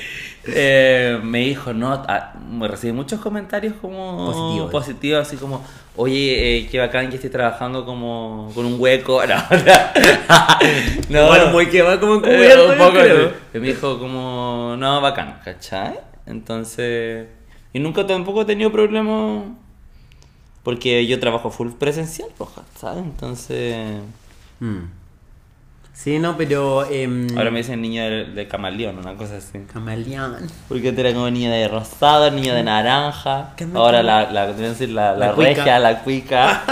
Eh, me dijo, no, ah, me recibí muchos comentarios como Positivos. positivos, así como, oye, eh, qué bacán que estés trabajando como con un hueco. No, no. no. Bueno, muy que va como Eh, cubierto. un poco yo creo. así. Y me dijo como, no, bacán, ¿cachai? Entonces, y nunca tampoco he tenido problemas porque yo trabajo full presencial, pues, ¿cachai? Entonces, Mm. Sí, no, pero. em, ahora me dicen niño de, de camaleón, una cosa así. Camaleón. Porque antes era como niño de rosado, niño de naranja. ¿Qué me- Ahora la, la, deben decir la, la La cuica. regia, la cuica,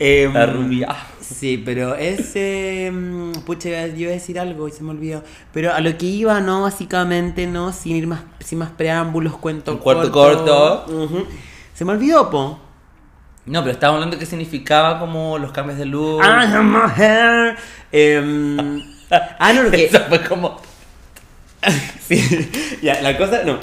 Em, la rubia. Sí, pero ese. mm, Pucha, iba- yo iba a decir algo y se me olvidó. Pero a lo que iba, ¿no? Básicamente, ¿no? Sin ir más, sin más preámbulos, cuento Un cuarto corto. Ujú. Se me olvidó, po. No, pero estábamos hablando de qué significaba como los cambios de luz. I am a hair. Ah, Em, ah, no, lo que. Eso fue como... Sí, ya, la cosa, no.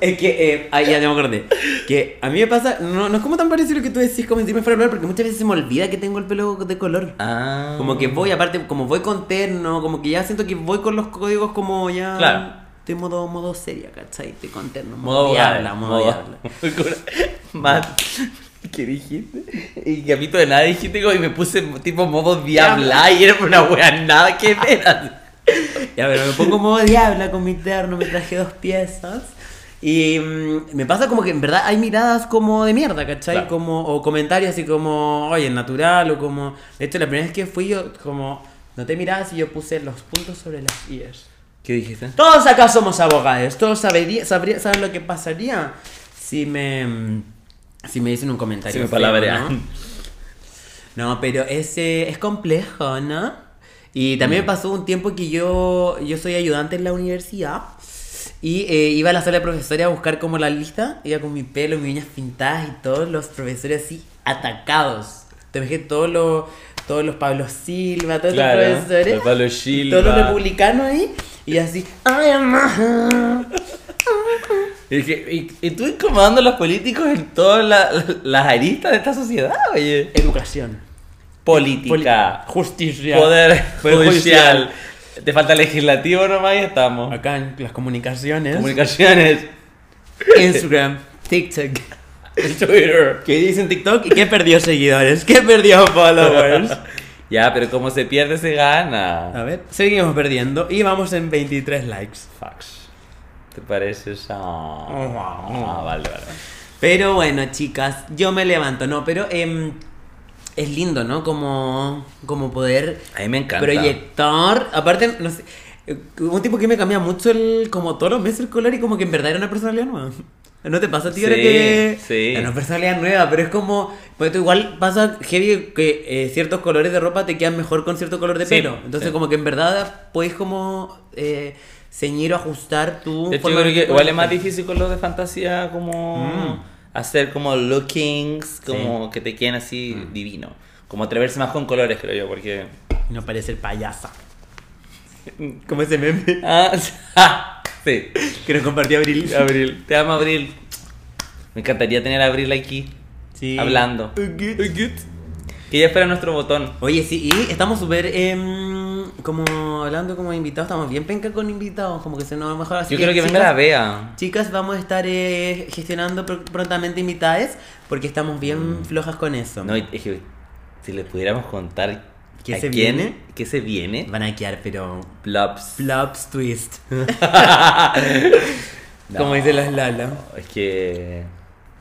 Es que, eh, ah, ya, ya me acordé. Que a mí me pasa, no, no es como tan parecido lo que tú decís como encima fuera de lugar, porque muchas veces se me olvida que tengo el pelo de color. Ah. Como que voy, aparte, como voy con terno, como que ya siento que voy con los códigos como ya. Claro. Estoy modo, modo seria, ¿cachai? Estoy con terno, modo, Modo diabla, abogada, modo diabla. Más. ¿Qué dijiste? Y capito de nada dijiste como y me puse tipo modo diabla y era una wea nada que ver. Ya, pero me pongo modo diabla con mi terno, me traje dos piezas. Y mm, me pasa como que en verdad hay miradas como de mierda, ¿cachai? Claro. Como, o comentarios así como, oye, natural, o como. De hecho, la primera vez que fui yo, como, noté miradas y yo puse los puntos sobre las IES. ¿Qué dijiste? Todos acá somos abogados, todos sabería, sabría, saben lo que pasaría si me. mm, Si me dicen un comentario. Si me feo, palabrean. ¿no? No, pero ese es complejo, ¿no? Y también Mm. me pasó un tiempo que yo, yo soy ayudante en la universidad y eh, iba a la sala de profesores a buscar como la lista, iba con mi pelo, mis uñas pintadas y todos los profesores así atacados. Te dije todos los, todos los Pablo Silva, todos Claro, los profesores. los Pablo Silva. Todos los republicanos ahí y así, ay, mamá. Y, dije, y- y tú incomodando a los políticos en todas la- la- las aristas de esta sociedad, oye. Educación. Política, Poli- Justicia. poder Poder judicial. Te falta legislativo nomás y estamos. Acá en las comunicaciones. Comunicaciones, Instagram, TikTok. Twitter. ¿Qué dicen TikTok? ¿Y qué perdió seguidores? ¿Qué perdió followers? Ah, Ya, pero como se pierde, se gana. A ver, seguimos perdiendo y vamos en 23 likes. Fax. ¿Te parece esa? Oh, Ah, vale, vale. Pero bueno, chicas, yo me levanto, ¿no? Pero em, es lindo, ¿no? Como, como poder A mí me encanta. proyectar. Aparte, no sé. eh, un tipo que me cambia mucho el como todos los meses el color y como que en verdad era una personalidad nueva. ¿No te pasa a ti ahora Sí, que sí. era una personalidad nueva? Pero es como, pues tú igual pasa heavy que eh, ciertos colores de ropa te quedan mejor con cierto color de Sí, pelo. Entonces sí. como que en verdad puedes como eh, ceñir o ajustar tu... De hecho, yo forma creo que vestir con igual es el más pelo. difícil con los de fantasía como Mm. hacer como lookings, como que te queden así Mm. divino. Como atreverse más con colores, creo yo, porque... No parecer payasa. Como ese meme Ah, sí. que nos compartió Abril. Abril. Te amo, Abril. Me encantaría tener a Abril aquí, Sí. hablando. Que ella fuera nuestro botón. Oye, sí, y estamos súper em, como hablando como invitados, estamos bien penca con invitados, como que se nos va mejor así. Yo quiero que venga chicas- la Bea. Chicas, vamos a estar eh, gestionando pr- prontamente invitadas porque estamos bien flojas con eso. Mm. No, es que si les pudiéramos contar... ¿Qué a se quién- viene? ¿Qué se viene? Van a quedar, pero Plops. flops twist. No. Como dicen las Lala. Es que...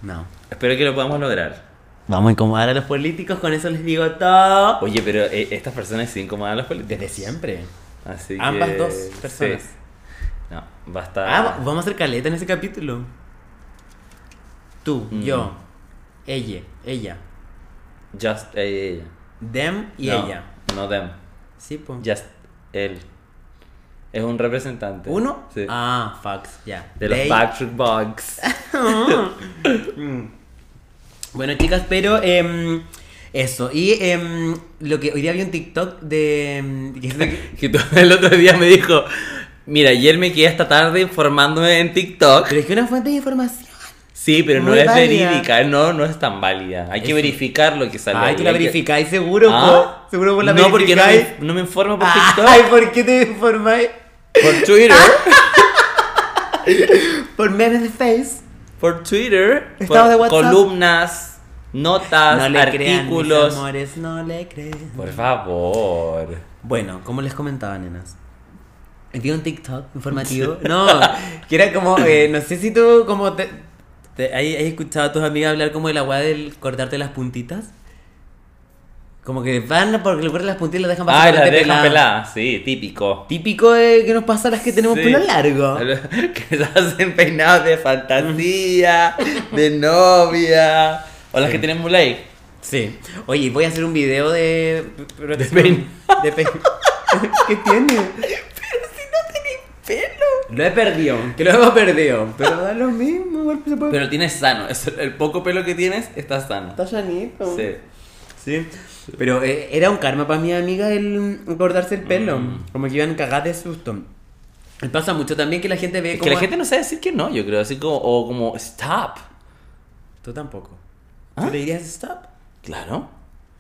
No. Espero que lo podamos lograr. Vamos a incomodar a los políticos, con eso les digo todo. Oye, pero eh, estas personas sí incomodan a los políticos. Desde siempre. Así Ambas que- dos personas. sí. No, basta. Ah, va- vamos a hacer caleta en ese capítulo. Tú, Mm. yo, ella, ella, Just eh, ella. them y No, ella. No them. Sí, po. Just él. Es un representante. ¿Uno? Sí. Ah, fax, ya. de los They- Backstreet Boys. Bueno, chicas, pero em, eso. Y em, lo que hoy día vi un TikTok de. em, que es lo que- que tú el otro día me dijo, mira, ayer me quedé hasta tarde informándome en TikTok. pero es que una fuente de información. Sí, pero no Muy es válida. verídica, no, no es tan válida. Hay que Es- verificar lo que sale. Ay, ahí, tú la hay que- verificáis seguro, ¿Ah? po. Seguro vos la no, porque no verificáis. Ah. me, no me informo por TikTok. Ay, ¿por qué te informáis? Por Twitter. Ah. Por memes de Face. por Twitter. Estado por de WhatsApp. columnas, notas, No le crean, mis artículos. amores, no le crean. por favor. Bueno, como les comentaba, nenas. Vi un TikTok informativo. No, que era como, eh, no sé si tú como te, te- hay- hay escuchado a tus amigas hablar como de la weá del cortarte las puntitas. Como que van porque le cortan las puntitas y las dejan Ay, la básicamente Ah, dejan peladas. pelada. Sí, típico. Típico de que nos pasa a las que tenemos Sí. pelo largo. que se hacen peinados de fantasía, de novia. O las que tienen mulay. Sí. Oye, voy a hacer un video de... De pein- De pein- ¿Qué tiene? Pero si no tenéis pelo. Lo he perdido. Que lo hemos perdido. Pero da lo mismo. Igual se puede... Pero tienes sano. es- El poco pelo que tienes está sano. Está llanito. Sí. Sí. Pero eh, era un karma para mi amiga el cortarse el pelo. Mm. Como que iban cagadas de susto. Y Pasa mucho también que la gente ve Es como... que la gente no sabe decir que no, yo creo. Así como, o como, stop. Tú tampoco. ¿Ah? ¿Tú le dirías stop? Claro.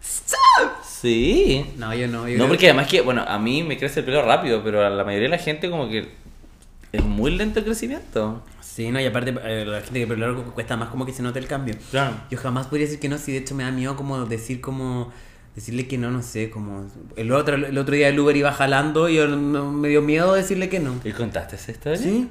¡Stop! Sí. No, yo no. Yo No, creo- porque además que, bueno, a mí me crece el pelo rápido, pero a la mayoría de la gente como que es muy lento el crecimiento. Sí, no, y aparte eh, la gente que pelo largo cuesta más como que se note el cambio. Claro. Yo jamás podría decir que no, si de hecho me da miedo como decir como... Decirle que no, no sé, como... El otro, el otro día el Uber iba jalando y yo no- me dio miedo decirle que no. ¿Y contaste esa historia? Sí.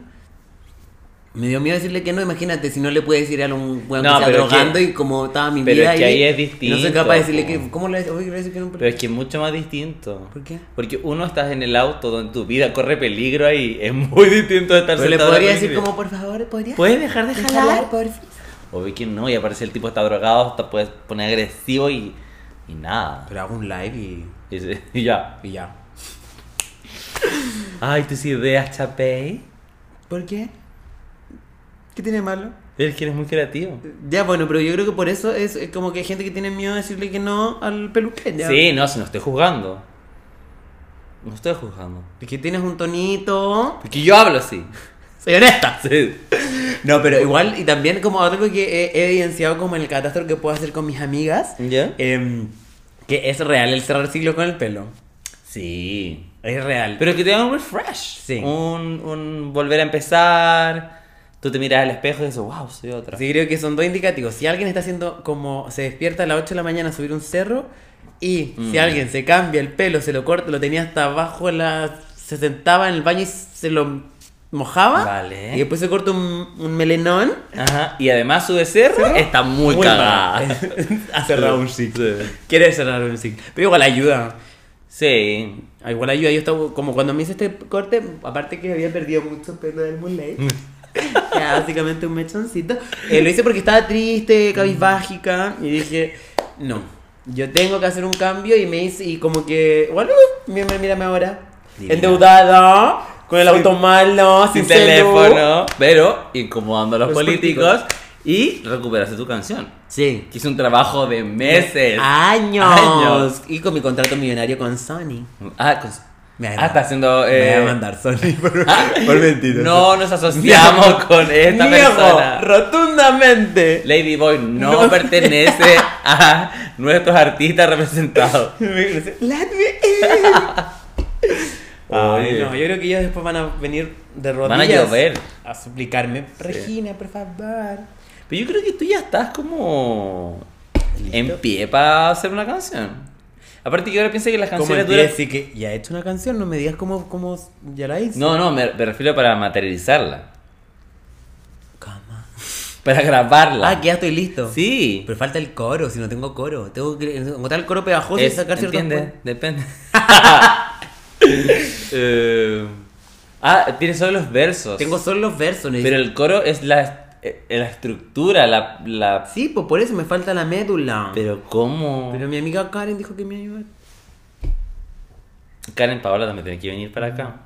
Me dio miedo decirle que no, imagínate, si no le puedes decir a un weón No, que está pero drogando que- y como estaba mi pero vida es que ahí es No soy distinto, capaz de decirle po. que... ¿Cómo le voy a decir que no? Pero es que es mucho más distinto. ¿Por qué? Porque uno estás en el auto donde tu vida corre peligro ahí. Es muy distinto de estar Pero le sentado en la podría decir colectividad. como, por favor, ¿podrías ¿Puedes dejar de dejar jalar? hablar, por Obvio que no, y aparece el tipo está drogado, te puedes poner agresivo y, y nada. Pero hago un live y, Y, se- y ya. y ya. Ay, tus ideas, Chapey. ¿Por qué? ¿Qué tiene de malo? Eres que eres muy creativo. Ya, bueno, pero yo creo que por eso es eh, como que hay gente que tiene miedo de decirle que no al peluquero. ya. Sí, no, si no estoy juzgando. No estoy juzgando. Es que tienes un tonito. Porque yo hablo así. Soy honesta. Sí. No, pero igual, y también como algo que he, he evidenciado como el catastro que puedo hacer con mis amigas, ¿Ya? em, que es real el cerrar ciclo con el pelo. Sí. Es real. Pero que te haga un refresh. Sí. Un, un volver a empezar. Tú te miras al espejo y dices, wow, soy otra. Sí, creo que son dos indicativos. Si alguien está haciendo como se despierta a las 8 de la mañana a subir un cerro y si alguien se cambia el pelo, se lo corta, lo tenía hasta abajo, en la, se sentaba en el baño y se lo mojaba Vale. y después se corta un, un melenón. Ajá. Y además su becerro está muy, Muy cagada. mal. Ha cerrado un ciclo. Quiere cerrar un ciclo. Pero igual ayuda. Sí. Ah, Igual a yo, yo estaba como cuando me hice este corte, aparte que había perdido mucho pelo del Moonlight. Mm. Era básicamente un mechoncito. Eh, lo hice porque estaba triste, cabizbájica. Y dije, no, yo tengo que hacer un cambio. Y me hice, y como que, bueno, mírame, mírame ahora. Divina. Endeudada, con el Sin- auto malo, sin, sin celu. teléfono, pero incomodando a los, Ah, Los políticos, y recuperaste tu canción. Sí. Que hizo un trabajo de meses. Ah. Años. Años. Y con mi contrato millonario con Sony. Ah, cons- Me ah, van a- está haciendo. Me eh, Ah, voy a mandar Sony por, por mentiras. No nos asociamos con esta Niego persona. rotundamente. Lady Boy no, No. pertenece a nuestros artistas representados. Let me Oye. Ay, no, yo creo que ellos después van a venir de rodillas. Van a llover. A suplicarme, Regina, por favor. Pero yo creo que tú ya estás como en pie para hacer una canción. Aparte que ahora piensa que las Como canciones el duran... así que ya he hecho una canción, no me digas cómo, cómo ya la hice. No, no, me, me refiero para materializarla. Cama. Para grabarla. Ah, que ya estoy listo. Sí. Pero falta el coro, si no tengo coro. Tengo que encontrar el coro pegajoso y Es- sacar ciertos ¿entiendes? coro. Depende. Eh, ah, tiene solo los versos. Tengo solo los versos. Pero el coro es la, eh, la estructura, la, la- Sí, pues por eso me falta la médula. Pero cómo... Pero mi amiga Karen dijo que me iba a ayudar. Karen Paola también tiene que venir para acá.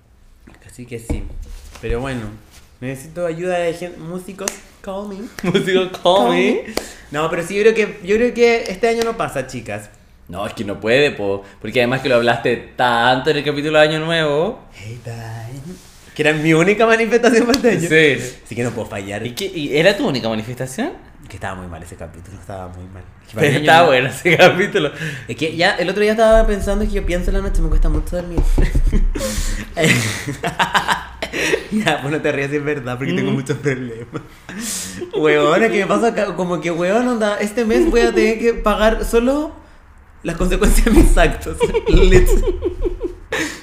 Así que sí. Pero bueno, necesito ayuda de gente, músicos. Call me. Músico, call me. No, pero sí, yo creo que, yo creo que este año no pasa, chicas. No, es que no puede, po, porque además que lo hablaste tanto en el capítulo de Año Nuevo. Hey, bye. Que era mi única manifestación para este año. Sí. Así que no puedo fallar. ¿Y, qué- y era tu única manifestación? Que estaba muy mal ese capítulo, estaba muy mal. Es que para Pero mí está año- bueno ese capítulo. Es que ya el otro día estaba pensando que yo pienso en la noche, me cuesta mucho dormir. Eh, ya, pues no te rías, es verdad, porque tengo muchos problemas. Huevón, es que me pasa acá, como que, huevón, onda, este mes voy a tener que pagar solo las consecuencias de mis actos. Lit.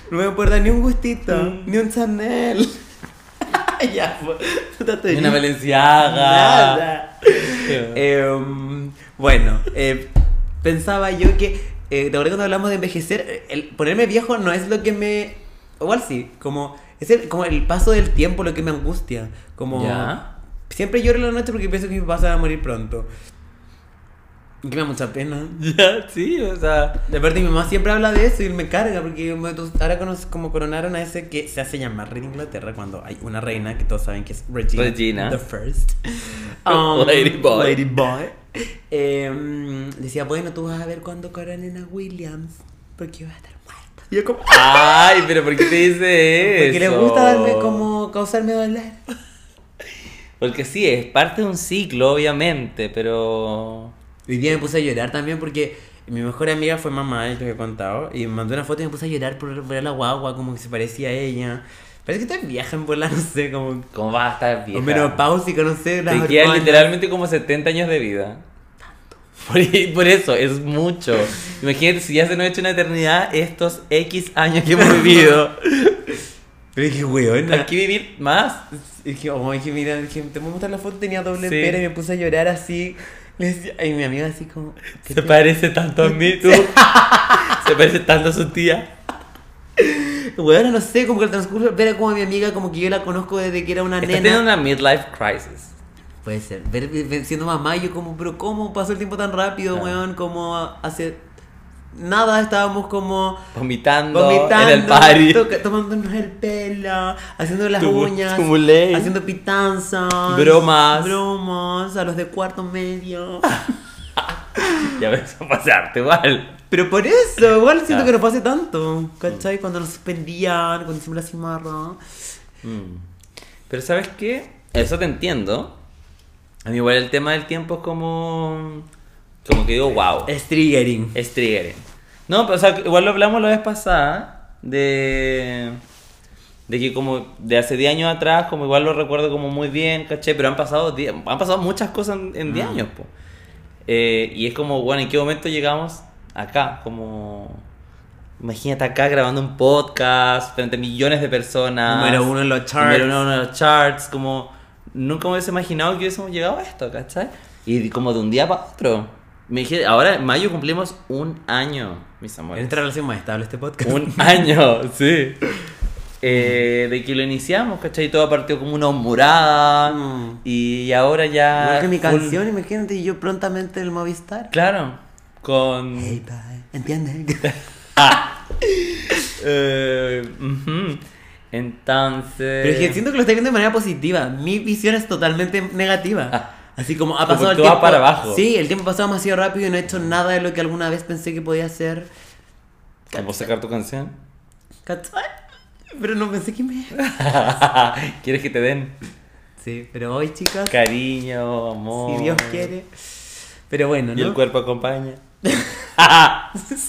No me puedo dar ni un gustito, ni un Chanel. ya, pues, no te Y estoy Una Valenciaga. Eh, Nada. Em, bueno, eh, pensaba yo que, eh, ¿te acuerdas cuando hablamos de envejecer? Eh, El ponerme viejo no es lo que me... Igual sí, como... Es el, como el paso del tiempo lo que me angustia. Como... Ya. Siempre lloro en la noche porque pienso que mi papá se va a morir pronto. Y Que me da mucha pena. Ya, sí, o sea. De parte, mi mamá siempre habla de eso y me carga porque me- ahora conoz- como coronaron a ese que se hace llamar Reina Inglaterra cuando hay una reina que todos saben que es Regina. Regina. The first. Lady Boy. Lady Boy. Em, decía, bueno, tú vas a ver cuando coronen a Williams porque yo voy a estar muerta. Y yo como... "Ah", Ay, pero ¿por qué te dice eso? Porque le gusta darme como causarme dolor. Porque sí, es parte de un ciclo, obviamente, pero. Hoy día me puse a llorar también porque mi mejor amiga fue mamá, es lo que he contado, y me mandó una foto y me puse a llorar por ver a la guagua, como que se parecía a ella. Parece que está vieja en bola, no sé, como... ¿Cómo vas a estar bien? O menopáusica, no sé, las Te quedan hormonas. literalmente como 70 años de vida. Por, por eso, es mucho. Imagínate si ya se nos ha hecho una eternidad estos X años que hemos vivido. Pero dije, weona. Aquí vivir más. Dije, oh, dije, mira, dije, te voy a mostrar la foto, tenía doble Sí. pera y me puse a llorar así. Le decía, y mi amiga así como... ¿qué te- Se parece tanto a mí, tú. Se parece tanto a su tía. Weona, no sé, como que el transcurso, ver como a mi amiga, como que yo la conozco desde que era una Está nena. teniendo una midlife crisis. Puede ser. Ver, ver- siendo mamá, yo como, pero ¿cómo pasó el tiempo tan rápido, Claro. weón? Como hace nada estábamos como Vomitando, vomitando, en el party. toca- tomándonos el pelo, haciendo las Tumu- uñas, tumulé. haciendo pitanzas, Bromas. bromas a los de cuarto medio. Ya ves a pasarte igual. Pero por eso, igual siento Claro. que no pase tanto, ¿cachai? Cuando nos suspendían, cuando hicimos la cimarra. Mm. Pero ¿sabes qué? Eso te entiendo. A mí igual el tema del tiempo es como... Como que digo, wow. Es triggering. Es triggering. No, pero o sea, igual lo hablamos la vez pasada de... De que como de hace 10 años atrás, como igual lo recuerdo como muy bien, caché, pero han pasado, 10 han pasado muchas cosas en- en Mm. 10 años, po. Eh, y es como, bueno, ¿en qué momento llegamos acá? Como, imagínate acá grabando un podcast frente a millones de personas. Número uno en los charts. Número uno en los charts, como, nunca me hubiese imaginado que hubiésemos llegado a esto, ¿cachai? Y como de un día para otro. Me dije, ahora en mayo cumplimos un año. mis En amores. esta relación más estable este podcast. Un año, sí. Eh, de que lo iniciamos, ¿cachai? Todo partió como una humorada. Mm. Y ahora ya. Igual que mi full- canción, imagínate, y yo prontamente el Movistar. Claro. Con. Hey, bye. ¿Entiendes? Eh, ujú. Entonces. Pero es que siento que lo estoy viendo de manera positiva. Mi visión es totalmente negativa. Ah. Así como ha Como pasado el que va tiempo. para abajo. Sí, el tiempo ha pasado demasiado rápido y no he hecho nada de lo que alguna vez pensé que podía hacer. ¿Puedo sacar tu canción? ¿Cachai? Pero no pensé que me. ¿Quieres que te den Sí, pero hoy, chicas, cariño, amor? si Dios quiere. Pero bueno, Y el ¿no? cuerpo acompaña.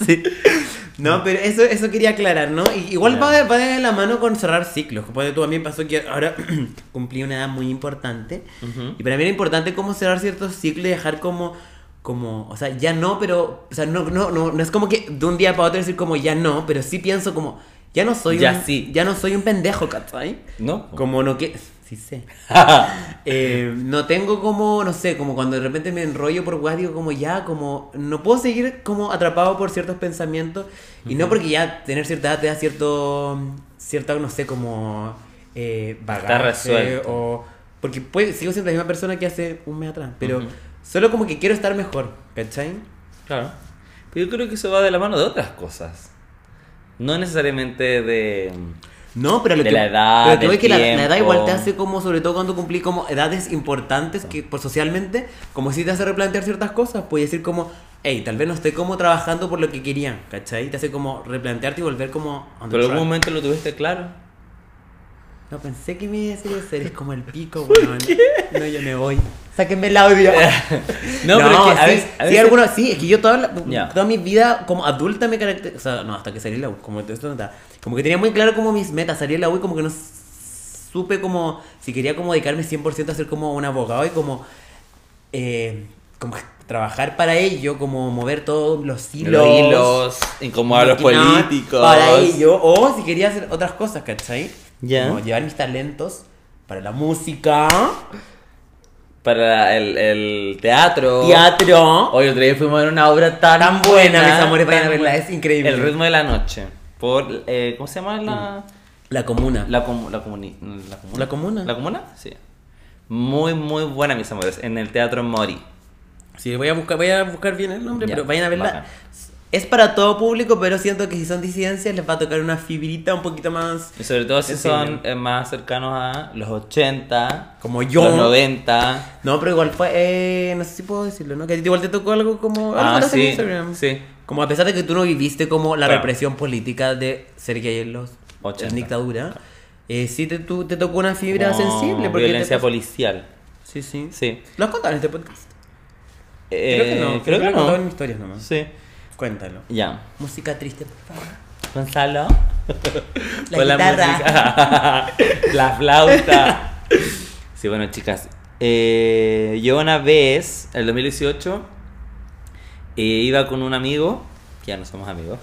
Sí. No, pero eso, eso quería aclarar, ¿no? Y- Igual Ya. va, de, va de la mano con cerrar ciclos. Como tú, a mí me pasó que ahora cumplí una edad muy importante. Ujú. Y para mí era importante como cerrar ciertos ciclos y dejar como, como, o sea, ya no, pero, o sea, no, no, no, no es como que de un día para otro decir como ya no, pero sí pienso como, ya no soy Ya un, sí. ya no soy un pendejo, ¿cachai? ¿No? Como no que, sí sé. Eh, no tengo como, no sé, como cuando de repente me enrollo por guas, digo como ya, como no puedo seguir como atrapado por ciertos pensamientos y no porque ya tener cierta edad te da cierto, cierta, no sé, como eh, bagaje resuelto. o porque pues, sigo siendo la misma persona que hace un mes atrás, pero Ujú. solo como que quiero estar mejor, ¿cachai? Claro. Pero yo creo que eso va de la mano de otras cosas. No necesariamente de. mm, No, pero lo De que, la edad, pero lo que del voy es que la, la edad tiempo. igual te hace como, sobre todo cuando cumplí como edades importantes, que por socialmente, como si te hace replantear ciertas cosas, puedes decir como, hey, tal vez no estoy como trabajando por lo que quería, ¿cachai? Te hace como replantearte y volver como... on the Pero en track. algún momento lo tuviste claro. No pensé que me iba a decir eso, eres como el pico, weón. No, yo me voy. Sáquenme el audio. No, pero es que a sí, veces- a sí, veces- algunos- sí, es que yo toda, la- Ya. toda mi vida como adulta me caracterizaba, o sea, no, hasta que salí de la U, como esto no está. Como que tenía muy claro como mis metas, salí de la U y como que no supe como si quería como dedicarme 100% a ser como un abogado y como eh, como trabajar para ello, como mover todos los hilos. Los hilos, incomodar a los maquinar políticos. Para ello, o si quería hacer otras cosas, ¿cachai? Ya. Como llevar mis talentos para la música, Para el, el teatro. teatro. Hoy otro día fuimos a ver una obra tan, Tan buena, mis amores, vayan tan a verla, buena. es increíble. El ritmo de la noche. Por, eh, ¿Cómo se llama la, La comuna. la, comu- la, comuni- la comuna? La comuna. ¿La comuna? Sí. Muy, muy buena, mis amores. En el Teatro Mori. Sí, voy a buscar, voy a buscar bien el nombre, Ya, pero vayan a verla. bacán. Es para todo público, pero siento que si son disidencias les va a tocar una fibrita un poquito más Y sobre todo si Es son eh, más cercanos a los 80, como yo. los 90. No, pero igual fue, eh, no sé si puedo decirlo, ¿no? Que a ti igual te tocó algo como... algo Ah, contaste en sí, Instagram. sí. Como a pesar de que tú no viviste como la Claro. represión política de ser gay en los... 80. En dictadura. eh, sí te, tú- te tocó una fibra Como sensible. Porque te violencia pasó- policial. Sí, sí. Sí. ¿Lo has contado en este podcast? Eh, Creo que lo he contado en no. mis historias nomás. Sí. Cuéntalo. Ya. Música triste, por favor. Gonzalo. La Pon guitarra. música. la flauta. Sí, bueno, chicas. eh, yo una vez, en el 2018, eh, iba con un amigo, que ya no somos amigos,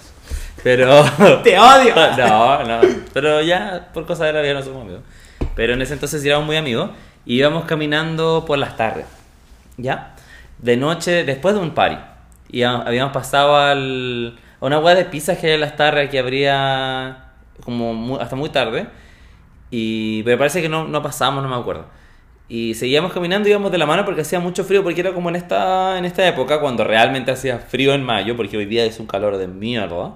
pero... ¡Te odio! No, no, pero ya por cosas de la vida no somos amigos. Pero en ese entonces éramos muy amigos y íbamos caminando por las tardes, ¿ya? De noche, después de un party. Y a- habíamos pasado al, a una hueá de pizzas que hay en las tardes que abría como mu- hasta muy tarde. Y, pero parece que no, no pasamos, no me acuerdo. Y seguíamos caminando, íbamos de la mano porque hacía mucho frío, porque era como en esta, en esta época cuando realmente hacía frío en mayo, porque hoy día es un calor de mierda.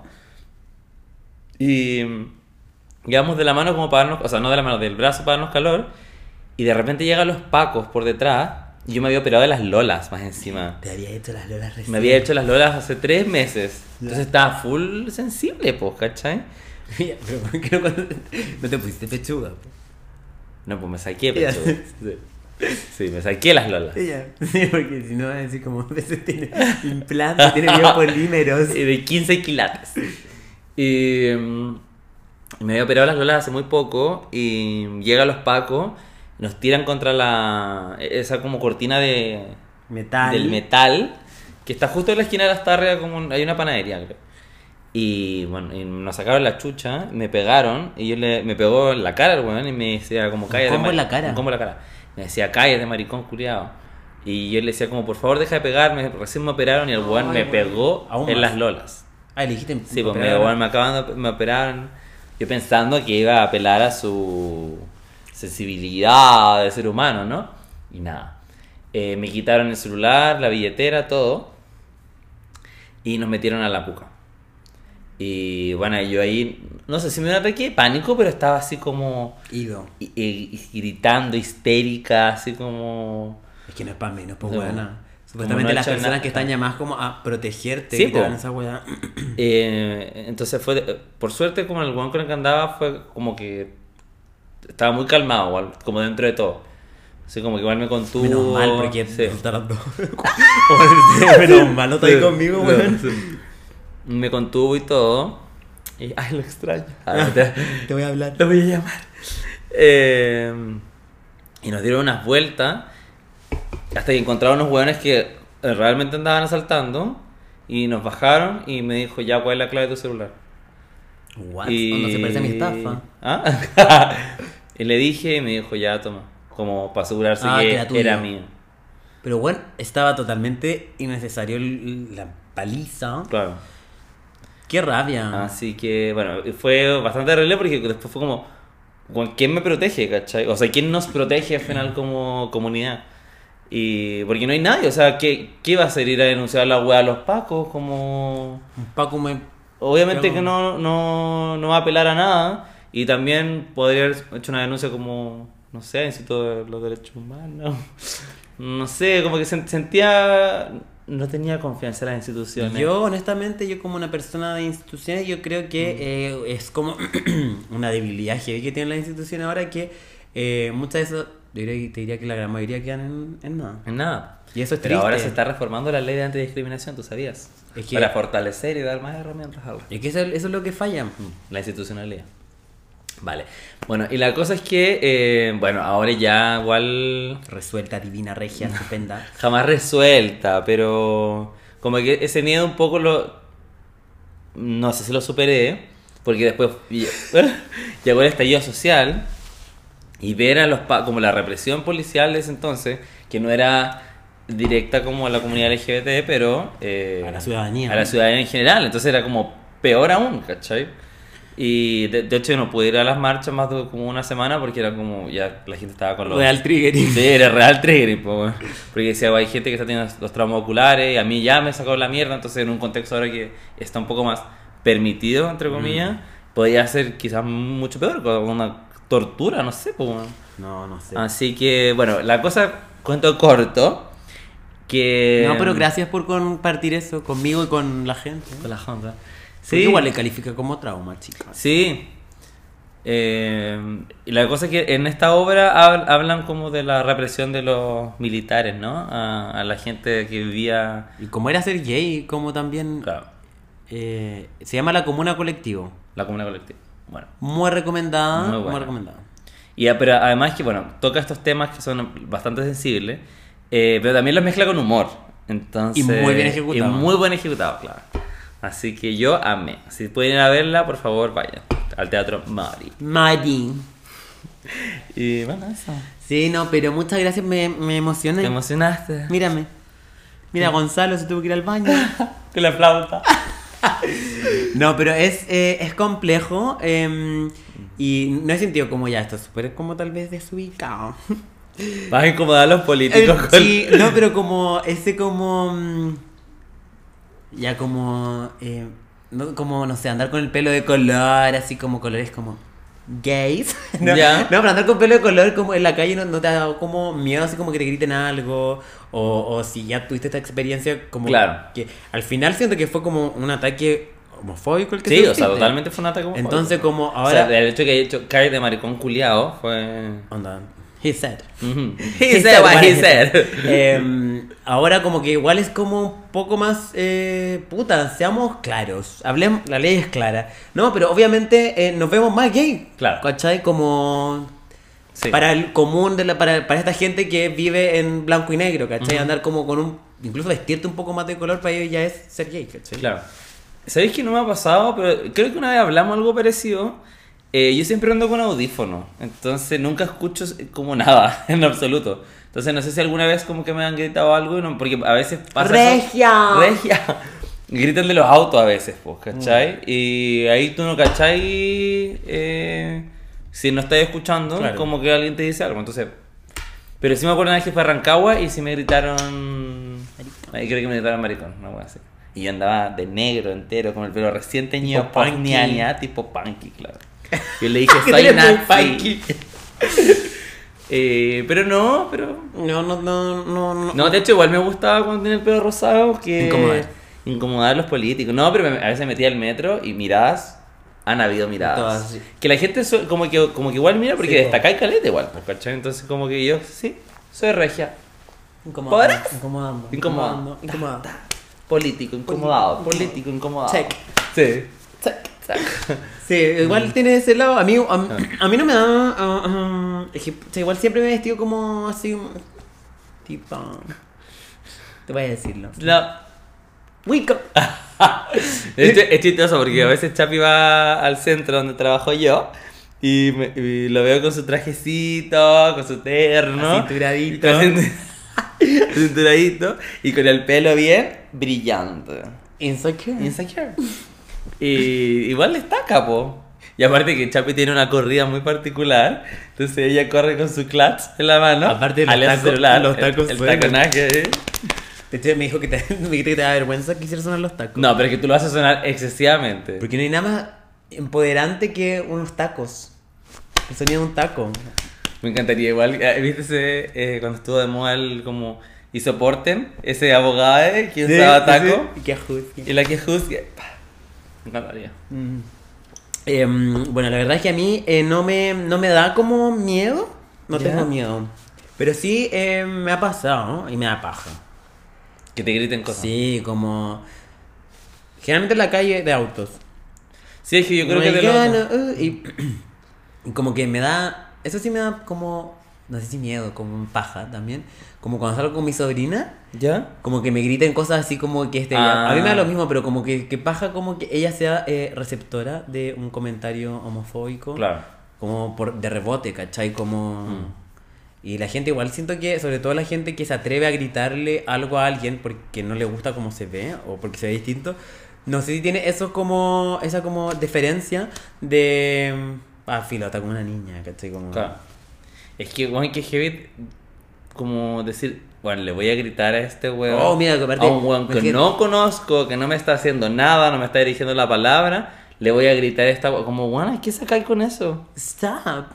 Y mm, íbamos de la mano como para darnos, o sea, no de la mano, del brazo para darnos calor. Y de repente llegan los pacos por detrás. Y yo me había operado de las lolas más encima. Te había hecho las lolas recién. Me había hecho las lolas hace tres meses. Entonces estaba full sensible, pues, ¿cachai? Mira, pero ¿por qué no, cuando- no te pusiste pechuga? po? No, pues me saqué, Ya. pechuga. Sí, me saqué las lolas. Sí, porque si no van a decir como a veces tiene implantes, tiene biopolímeros. Eh, de 15 quilates. Y mm, me había operado las lolas hace muy poco y llegan los pacos, nos tiran contra la esa como cortina de Metal. del metal que está justo en la esquina de las tardes como un- hay una panadería, creo. Y bueno, y nos sacaron la chucha, me pegaron y yo le, me pegó en la cara el weón y me decía como cállate. combo en mari- la cara. un combo en la cara. Me decía cállate maricón curiado. Y yo le decía como por favor deja de pegarme, recién me operaron y el weón Ay, weón. me pegó Aún en más. las lolas. Ah, elegiste. Sí, pues me, bueno, me acaban de- me operaron. Yo pensando que iba a apelar a su sensibilidad de ser humano, ¿no? Y nada. Eh, me quitaron el celular, la billetera, todo. Y nos metieron a la puca. Y bueno, yo ahí, no sé si me dio un ataque de pánico, pero estaba así como Ido. y- y- y gritando, histérica, así como... Es que no es para menos, pues No. buena. Como no Supuestamente he las hecho personas nada. que están llamadas como a protegerte Sí, pues. y te po. dan esa weá. Eh, entonces fue, de- por suerte, como el weón con el que andaba fue como que estaba muy calmado, igual, como dentro de todo. Así como que igual me contuvo. Menos mal, porque sí. nos están las dos. Oye, Menos mal, no estás ahí Sí, conmigo, no, weón. sí. Me contuvo y todo. Y, ay, lo extraño. A ver, te- Ah, Te voy a hablar. lo voy a llamar. Eh, y nos dieron unas vueltas hasta que encontraron unos hueones que eh, realmente andaban asaltando. Y nos bajaron y me dijo, ya, ¿cuál es la clave de tu celular? What? Y- Cuando se parece a mi estafa. ¿Ah? y le dije y me dijo, ya, toma. Como para asegurarse Ah, que que era tuyo. era mío. Pero bueno, estaba totalmente innecesario el- la paliza. Claro. Qué rabia. Así que, bueno, fue bastante horrible porque después fue como, "Bueno, ¿quién me protege, cachai? O sea, ¿quién nos protege al final como comunidad? Y porque no hay nadie, o sea, ¿qué, qué va a hacer ir a denunciar la weá a los pacos? Como... Un Paco me. Obviamente Claro. que no, no, no va a apelar a nada y también podría haber hecho una denuncia como, no sé, Instituto de los Derechos Humanos. No sé, como que se- sentía... No tenía confianza en las instituciones. Yo, honestamente, yo como una persona de instituciones, yo creo que eh, es como una debilidad heavy que tienen las instituciones ahora que eh, muchas de esas. Yo diría, te diría que la gran mayoría quedan en, en nada. Nada. Y eso es Pero ahora se triste. está reformando la ley de antidiscriminación, ¿tú sabías? Es que- Para fortalecer y dar más herramientas a la, Y que eso, eso es lo que falla. la institucionalidad. Vale. Bueno, y la cosa es que, eh, bueno, ahora ya igual Resuelta, divina, regia, estupenda. jamás resuelta, pero como que ese miedo un poco lo... No sé si lo superé, porque después lle- llegó el estallido social y ver a los... pa- como la represión policial de ese entonces, que no era directa como a la comunidad LGBT, pero... eh, A la ciudadanía. A la ciudadanía en general, entonces era como peor aún, ¿cachai? Y de, de hecho yo no pude ir a las marchas más de como una semana porque era como ya la gente estaba con los... Real triggering. Sí, era real trigger, po, weón. porque decía, hay gente que está teniendo los traumas oculares, y a mí ya me sacó la mierda, entonces en un contexto ahora que está un poco más permitido, entre comillas, podría ser quizás mucho peor, con una tortura, no sé. po, weón. No, no sé. Así que, bueno, la cosa, cuento corto, que... No, pero gracias por compartir eso conmigo y con la gente. Con la Honda. Sí. Igual le califica como trauma, chicas. Sí. Eh, y la cosa es que en esta obra hab- hablan como de la represión de los militares, ¿no? A, a la gente que vivía... Y como era ser gay, como también... Claro, eh, se llama La Comuna Colectivo. la comuna colectiva. Bueno. Muy recomendada. Muy Muy, buena. recomendada. Y, a- pero además que, bueno, toca estos temas que son bastante sensibles, eh, pero también los mezcla con humor. Entonces, Y muy bien ejecutado. Y muy buen ejecutado, claro. Así que yo amé. Si pueden ir a verla, por favor, vayan al Teatro Mari. Mari. Y bueno, eso. Sí, no, pero muchas gracias, me, me emocioné. Te emocionaste. Mírame. Mira, Gonzalo se tuvo que ir al baño. Con la flauta. No, pero es, eh, es complejo eh, y no he sentido como ya esto, es súper como tal vez desubicado. Vas a incomodar a los políticos Eh, con- Sí, no, pero como ese como... mm, Ya como... eh, no, como, no sé, andar con el pelo de color, así como colores como... Gays. No, Ya. no, pero andar con pelo de color como en la calle no, no te ha dado como miedo, así como que te griten algo. O, o si ya tuviste esta experiencia, como Claro. que al final siento que fue como un ataque homofóbico el que Sí, o sea, sufriste. totalmente fue un ataque homofóbico. Entonces, como O sea, ahora. el hecho que haya hecho cae de maricón culiao fue... Onda. He said. Ujú. He said what he said. Em, ahora como que igual es como un poco más eh, puta, seamos claros, hablemos, la ley es clara. No, pero obviamente eh, nos vemos más gay. Claro. ¿Cachai? Como Sí. para el común de la, para, para esta gente que vive en blanco y negro, ¿cachai? Andar como con un incluso vestirte un poco más de color para ellos ya es ser gay, ¿cachai? Claro. ¿Sabéis que no me ha pasado? Pero creo que una vez hablamos algo parecido. Eh, yo siempre ando con audífono, entonces nunca escucho s- como nada, en absoluto. Entonces no sé si alguna vez como que me han gritado algo, y no- porque a veces pasa... eso- ¡Regia! Mm. ¡Regia! gritan de los autos a veces, pues, ¿cachai? Y ahí tú no cachai eh, si no estás escuchando, Claro. como que alguien te dice algo. Entonces, pero sí me acuerdo una vez que fue a Rancagua y sí me gritaron. Ahí creo que me gritaron maricón, no voy a hacer. Y yo andaba de negro entero, con el pelo recién teñido, Tipo punky. punky, tipo punky, claro. Yo le dije, Que soy eres muy nazi. Eh, pero no, pero No, no, no, no, no. no, de hecho, igual me gustaba cuando tenía el pelo rosado que... Incomodar. Incomodar a los políticos. No, pero me- a veces me metía al metro y miradas... Han habido miradas. Todas, sí. Que la gente su- como, que, como que igual mira porque Sí, po. destacáis caleta igual, pues, ¿cachai? Entonces como que yo, sí, soy regia. Incomodando. ¿Podrás? Incomodando. Incomodando. Incomodando. Político, incomodado. Político, incomodado. Check. Sí. Sí, Mm. igual tiene ese lado. A mí, a, a mí no me da. ah, ah, es que, o sea, igual siempre me he vestido como así. Tipo. Te voy a decirlo. No. Wicca. Ah, Es, ch- es chistoso porque a veces Chapi va al centro donde trabajo yo y, me- y lo veo con su trajecito, con su terno. Acinturadito. Con- Acinturadito y con el pelo bien brillante. Insecure. Insecure. Y igual destaca, po. Y aparte que Chapi tiene una corrida muy particular, entonces ella corre con su clutch en la mano. Aparte de los al tacos- celular, los tacos el, el suenan. taconaje. ¿eh? De hecho, me dijo que te, me dijiste que te da vergüenza que hicieras sonar los tacos. No, pero es que tú lo haces sonar excesivamente. Porque no hay nada más empoderante que unos tacos. El sonido de un taco. Me encantaría igual, eh, ¿viste ese, eh, cuando estuvo de moda el como y soporten ese abogado eh, que usaba taco Y que ajustia. y la que juzga. pa. Me encantaría. Mm. Em, bueno, la verdad es que a mí eh, no, me, no me da como miedo. No Ya. tengo miedo. Pero sí eh, me ha pasado y me da paja. Que te griten cosas. Sí, Sí, como. Generalmente en la calle de autos. es que yo creo que de Como, los- "Ya, no, uh", y, y como que me da. Eso sí me da como. No sé si miedo, como paja también. Como cuando salgo con mi sobrina. ¿Ya? Como que me griten cosas así como que este. Ah. A mí me da lo mismo, pero como que, que paja como que ella sea eh, receptora de un comentario homofóbico. Claro. Como por, de rebote, ¿cachai? Como. Y la gente igual siento que, sobre todo la gente que se atreve a gritarle algo a alguien porque no le gusta cómo se ve o porque se ve distinto, no sé si tiene eso como, esa como diferencia de... Ah, filo, está como una niña, ¿cachai? Como... Claro. Es que, bueno, que heavy, como decir, bueno, le voy a gritar a este weón. Oh, mira, que aparte- A un weón que imagínate. no conozco, que no me está haciendo nada, no me está dirigiendo la palabra, le voy a gritar a esta we- Como, weón, ¿qué sacáis con eso? Stop.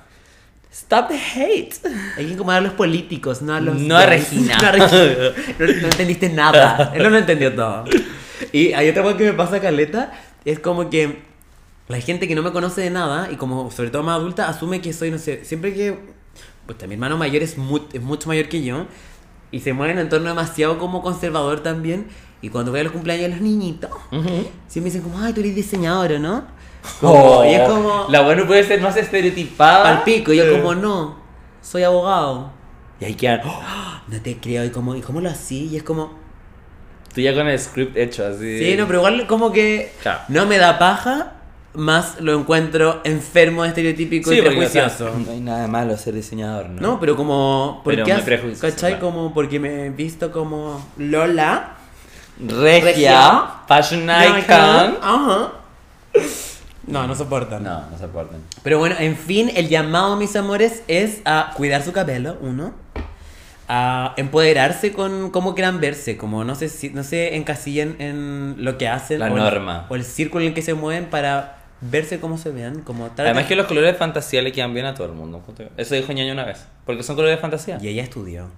Stop the hate. Hay que incomodar a los políticos, no a los... No a gays. Regina. No, a Regina. No- no entendiste nada. Él no entendió todo. Y hay otra cosa que me pasa, Caleta, es como que la gente que no me conoce de nada, y como sobre todo más adulta, asume que soy, no sé, siempre que... Pues mi hermano mayor es, mu- es mucho mayor que yo, y se mueve en un entorno demasiado como conservador también, y cuando voy a los cumpleaños de los niñitos, siempre dicen como, ay, tú eres diseñadora, ¿no? Como- Oh, y es como... La buena puede ser más estereotipada. Palpico, y yo Sí. como, no, soy abogado. Y ahí quedan. ¡oh! No te creo, y como, ¿y cómo lo así? Y es como. Tú ya con el script hecho, así. Sí, no, pero igual como que Claro. no me da paja, más lo encuentro enfermo, estereotípico Sí, y porque, o sea, prejuicioso. no hay nada de malo ser diseñador, ¿no? no, pero como. ¿Por Pero qué muy has- prejuicioso, ¿Cachai? claro. Como porque me he visto como Lola. Regia, Regia. fashion icon. Ajá. No, no soportan. No, no se aportan. Pero bueno, en fin, el llamado, mis amores, es a cuidar su cabello, uno. A empoderarse con cómo quieran verse, como no sé si, no se encasillen en lo que hacen. La o el- norma. o el círculo en el que se mueven para verse cómo se vean, como tratan. Además que los colores de fantasía le quedan bien a todo el mundo. Eso dijo Ñaño una vez. Porque son colores de fantasía. Y ella estudió.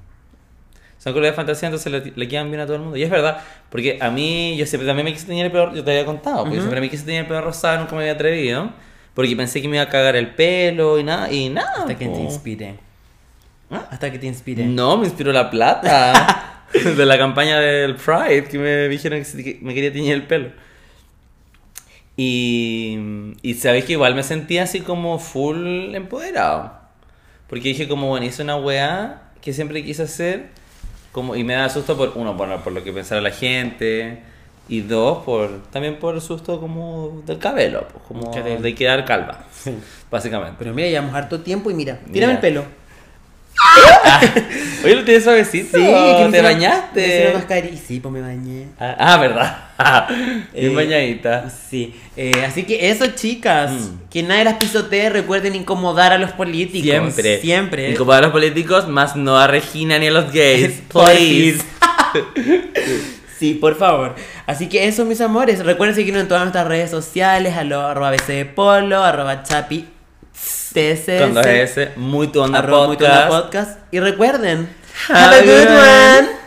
Son colores de fantasía, entonces le, le quedan bien a todo el mundo. Y es verdad, porque a mí, yo siempre también me quise tener el pelo, yo te había contado, porque yo siempre me quise tener el pelo rosado, nunca me había atrevido. Porque pensé que me iba a cagar el pelo y nada, y nada. Hasta que po. te inspire. oh. ¿Ah? Hasta que te inspire. No, me inspiró la plata de la campaña del Pride, que me dijeron que se- que me quería teñir el pelo. Y, y sabes que igual me sentía así como full empoderado. Porque dije como, bueno, hice una weá que siempre quise hacer. Como, y me da susto por, uno, por, por lo que pensara la gente. Y dos, por, también por el susto como del cabello. pues, como Que te- de quedar calva. Básicamente. Pero mira, llevamos harto tiempo y mira, tírame Mira. el pelo. Oye, lo tienes suavecito. Sí, que me te hicieron- me bañaste. hicieron mascarilla. Sí, pues me bañé. Ah, ah, verdad. Bien Eh, bañadita. Sí, eh, así que eso, chicas. Mm. Que nadie las pisotee, recuerden incomodar a los políticos. Siempre. Siempre. Incomodar a los políticos, más no a Regina ni a los gays. Please. Please. Sí, por favor. Así que eso, mis amores. Recuerden seguirnos en todas nuestras redes sociales: a lo- arroba BC Polo, arroba Chapi TSS, Cuando es ese, muy tu onda arroba Muy Tuna podcast. podcast. Y recuerden: Have a good one.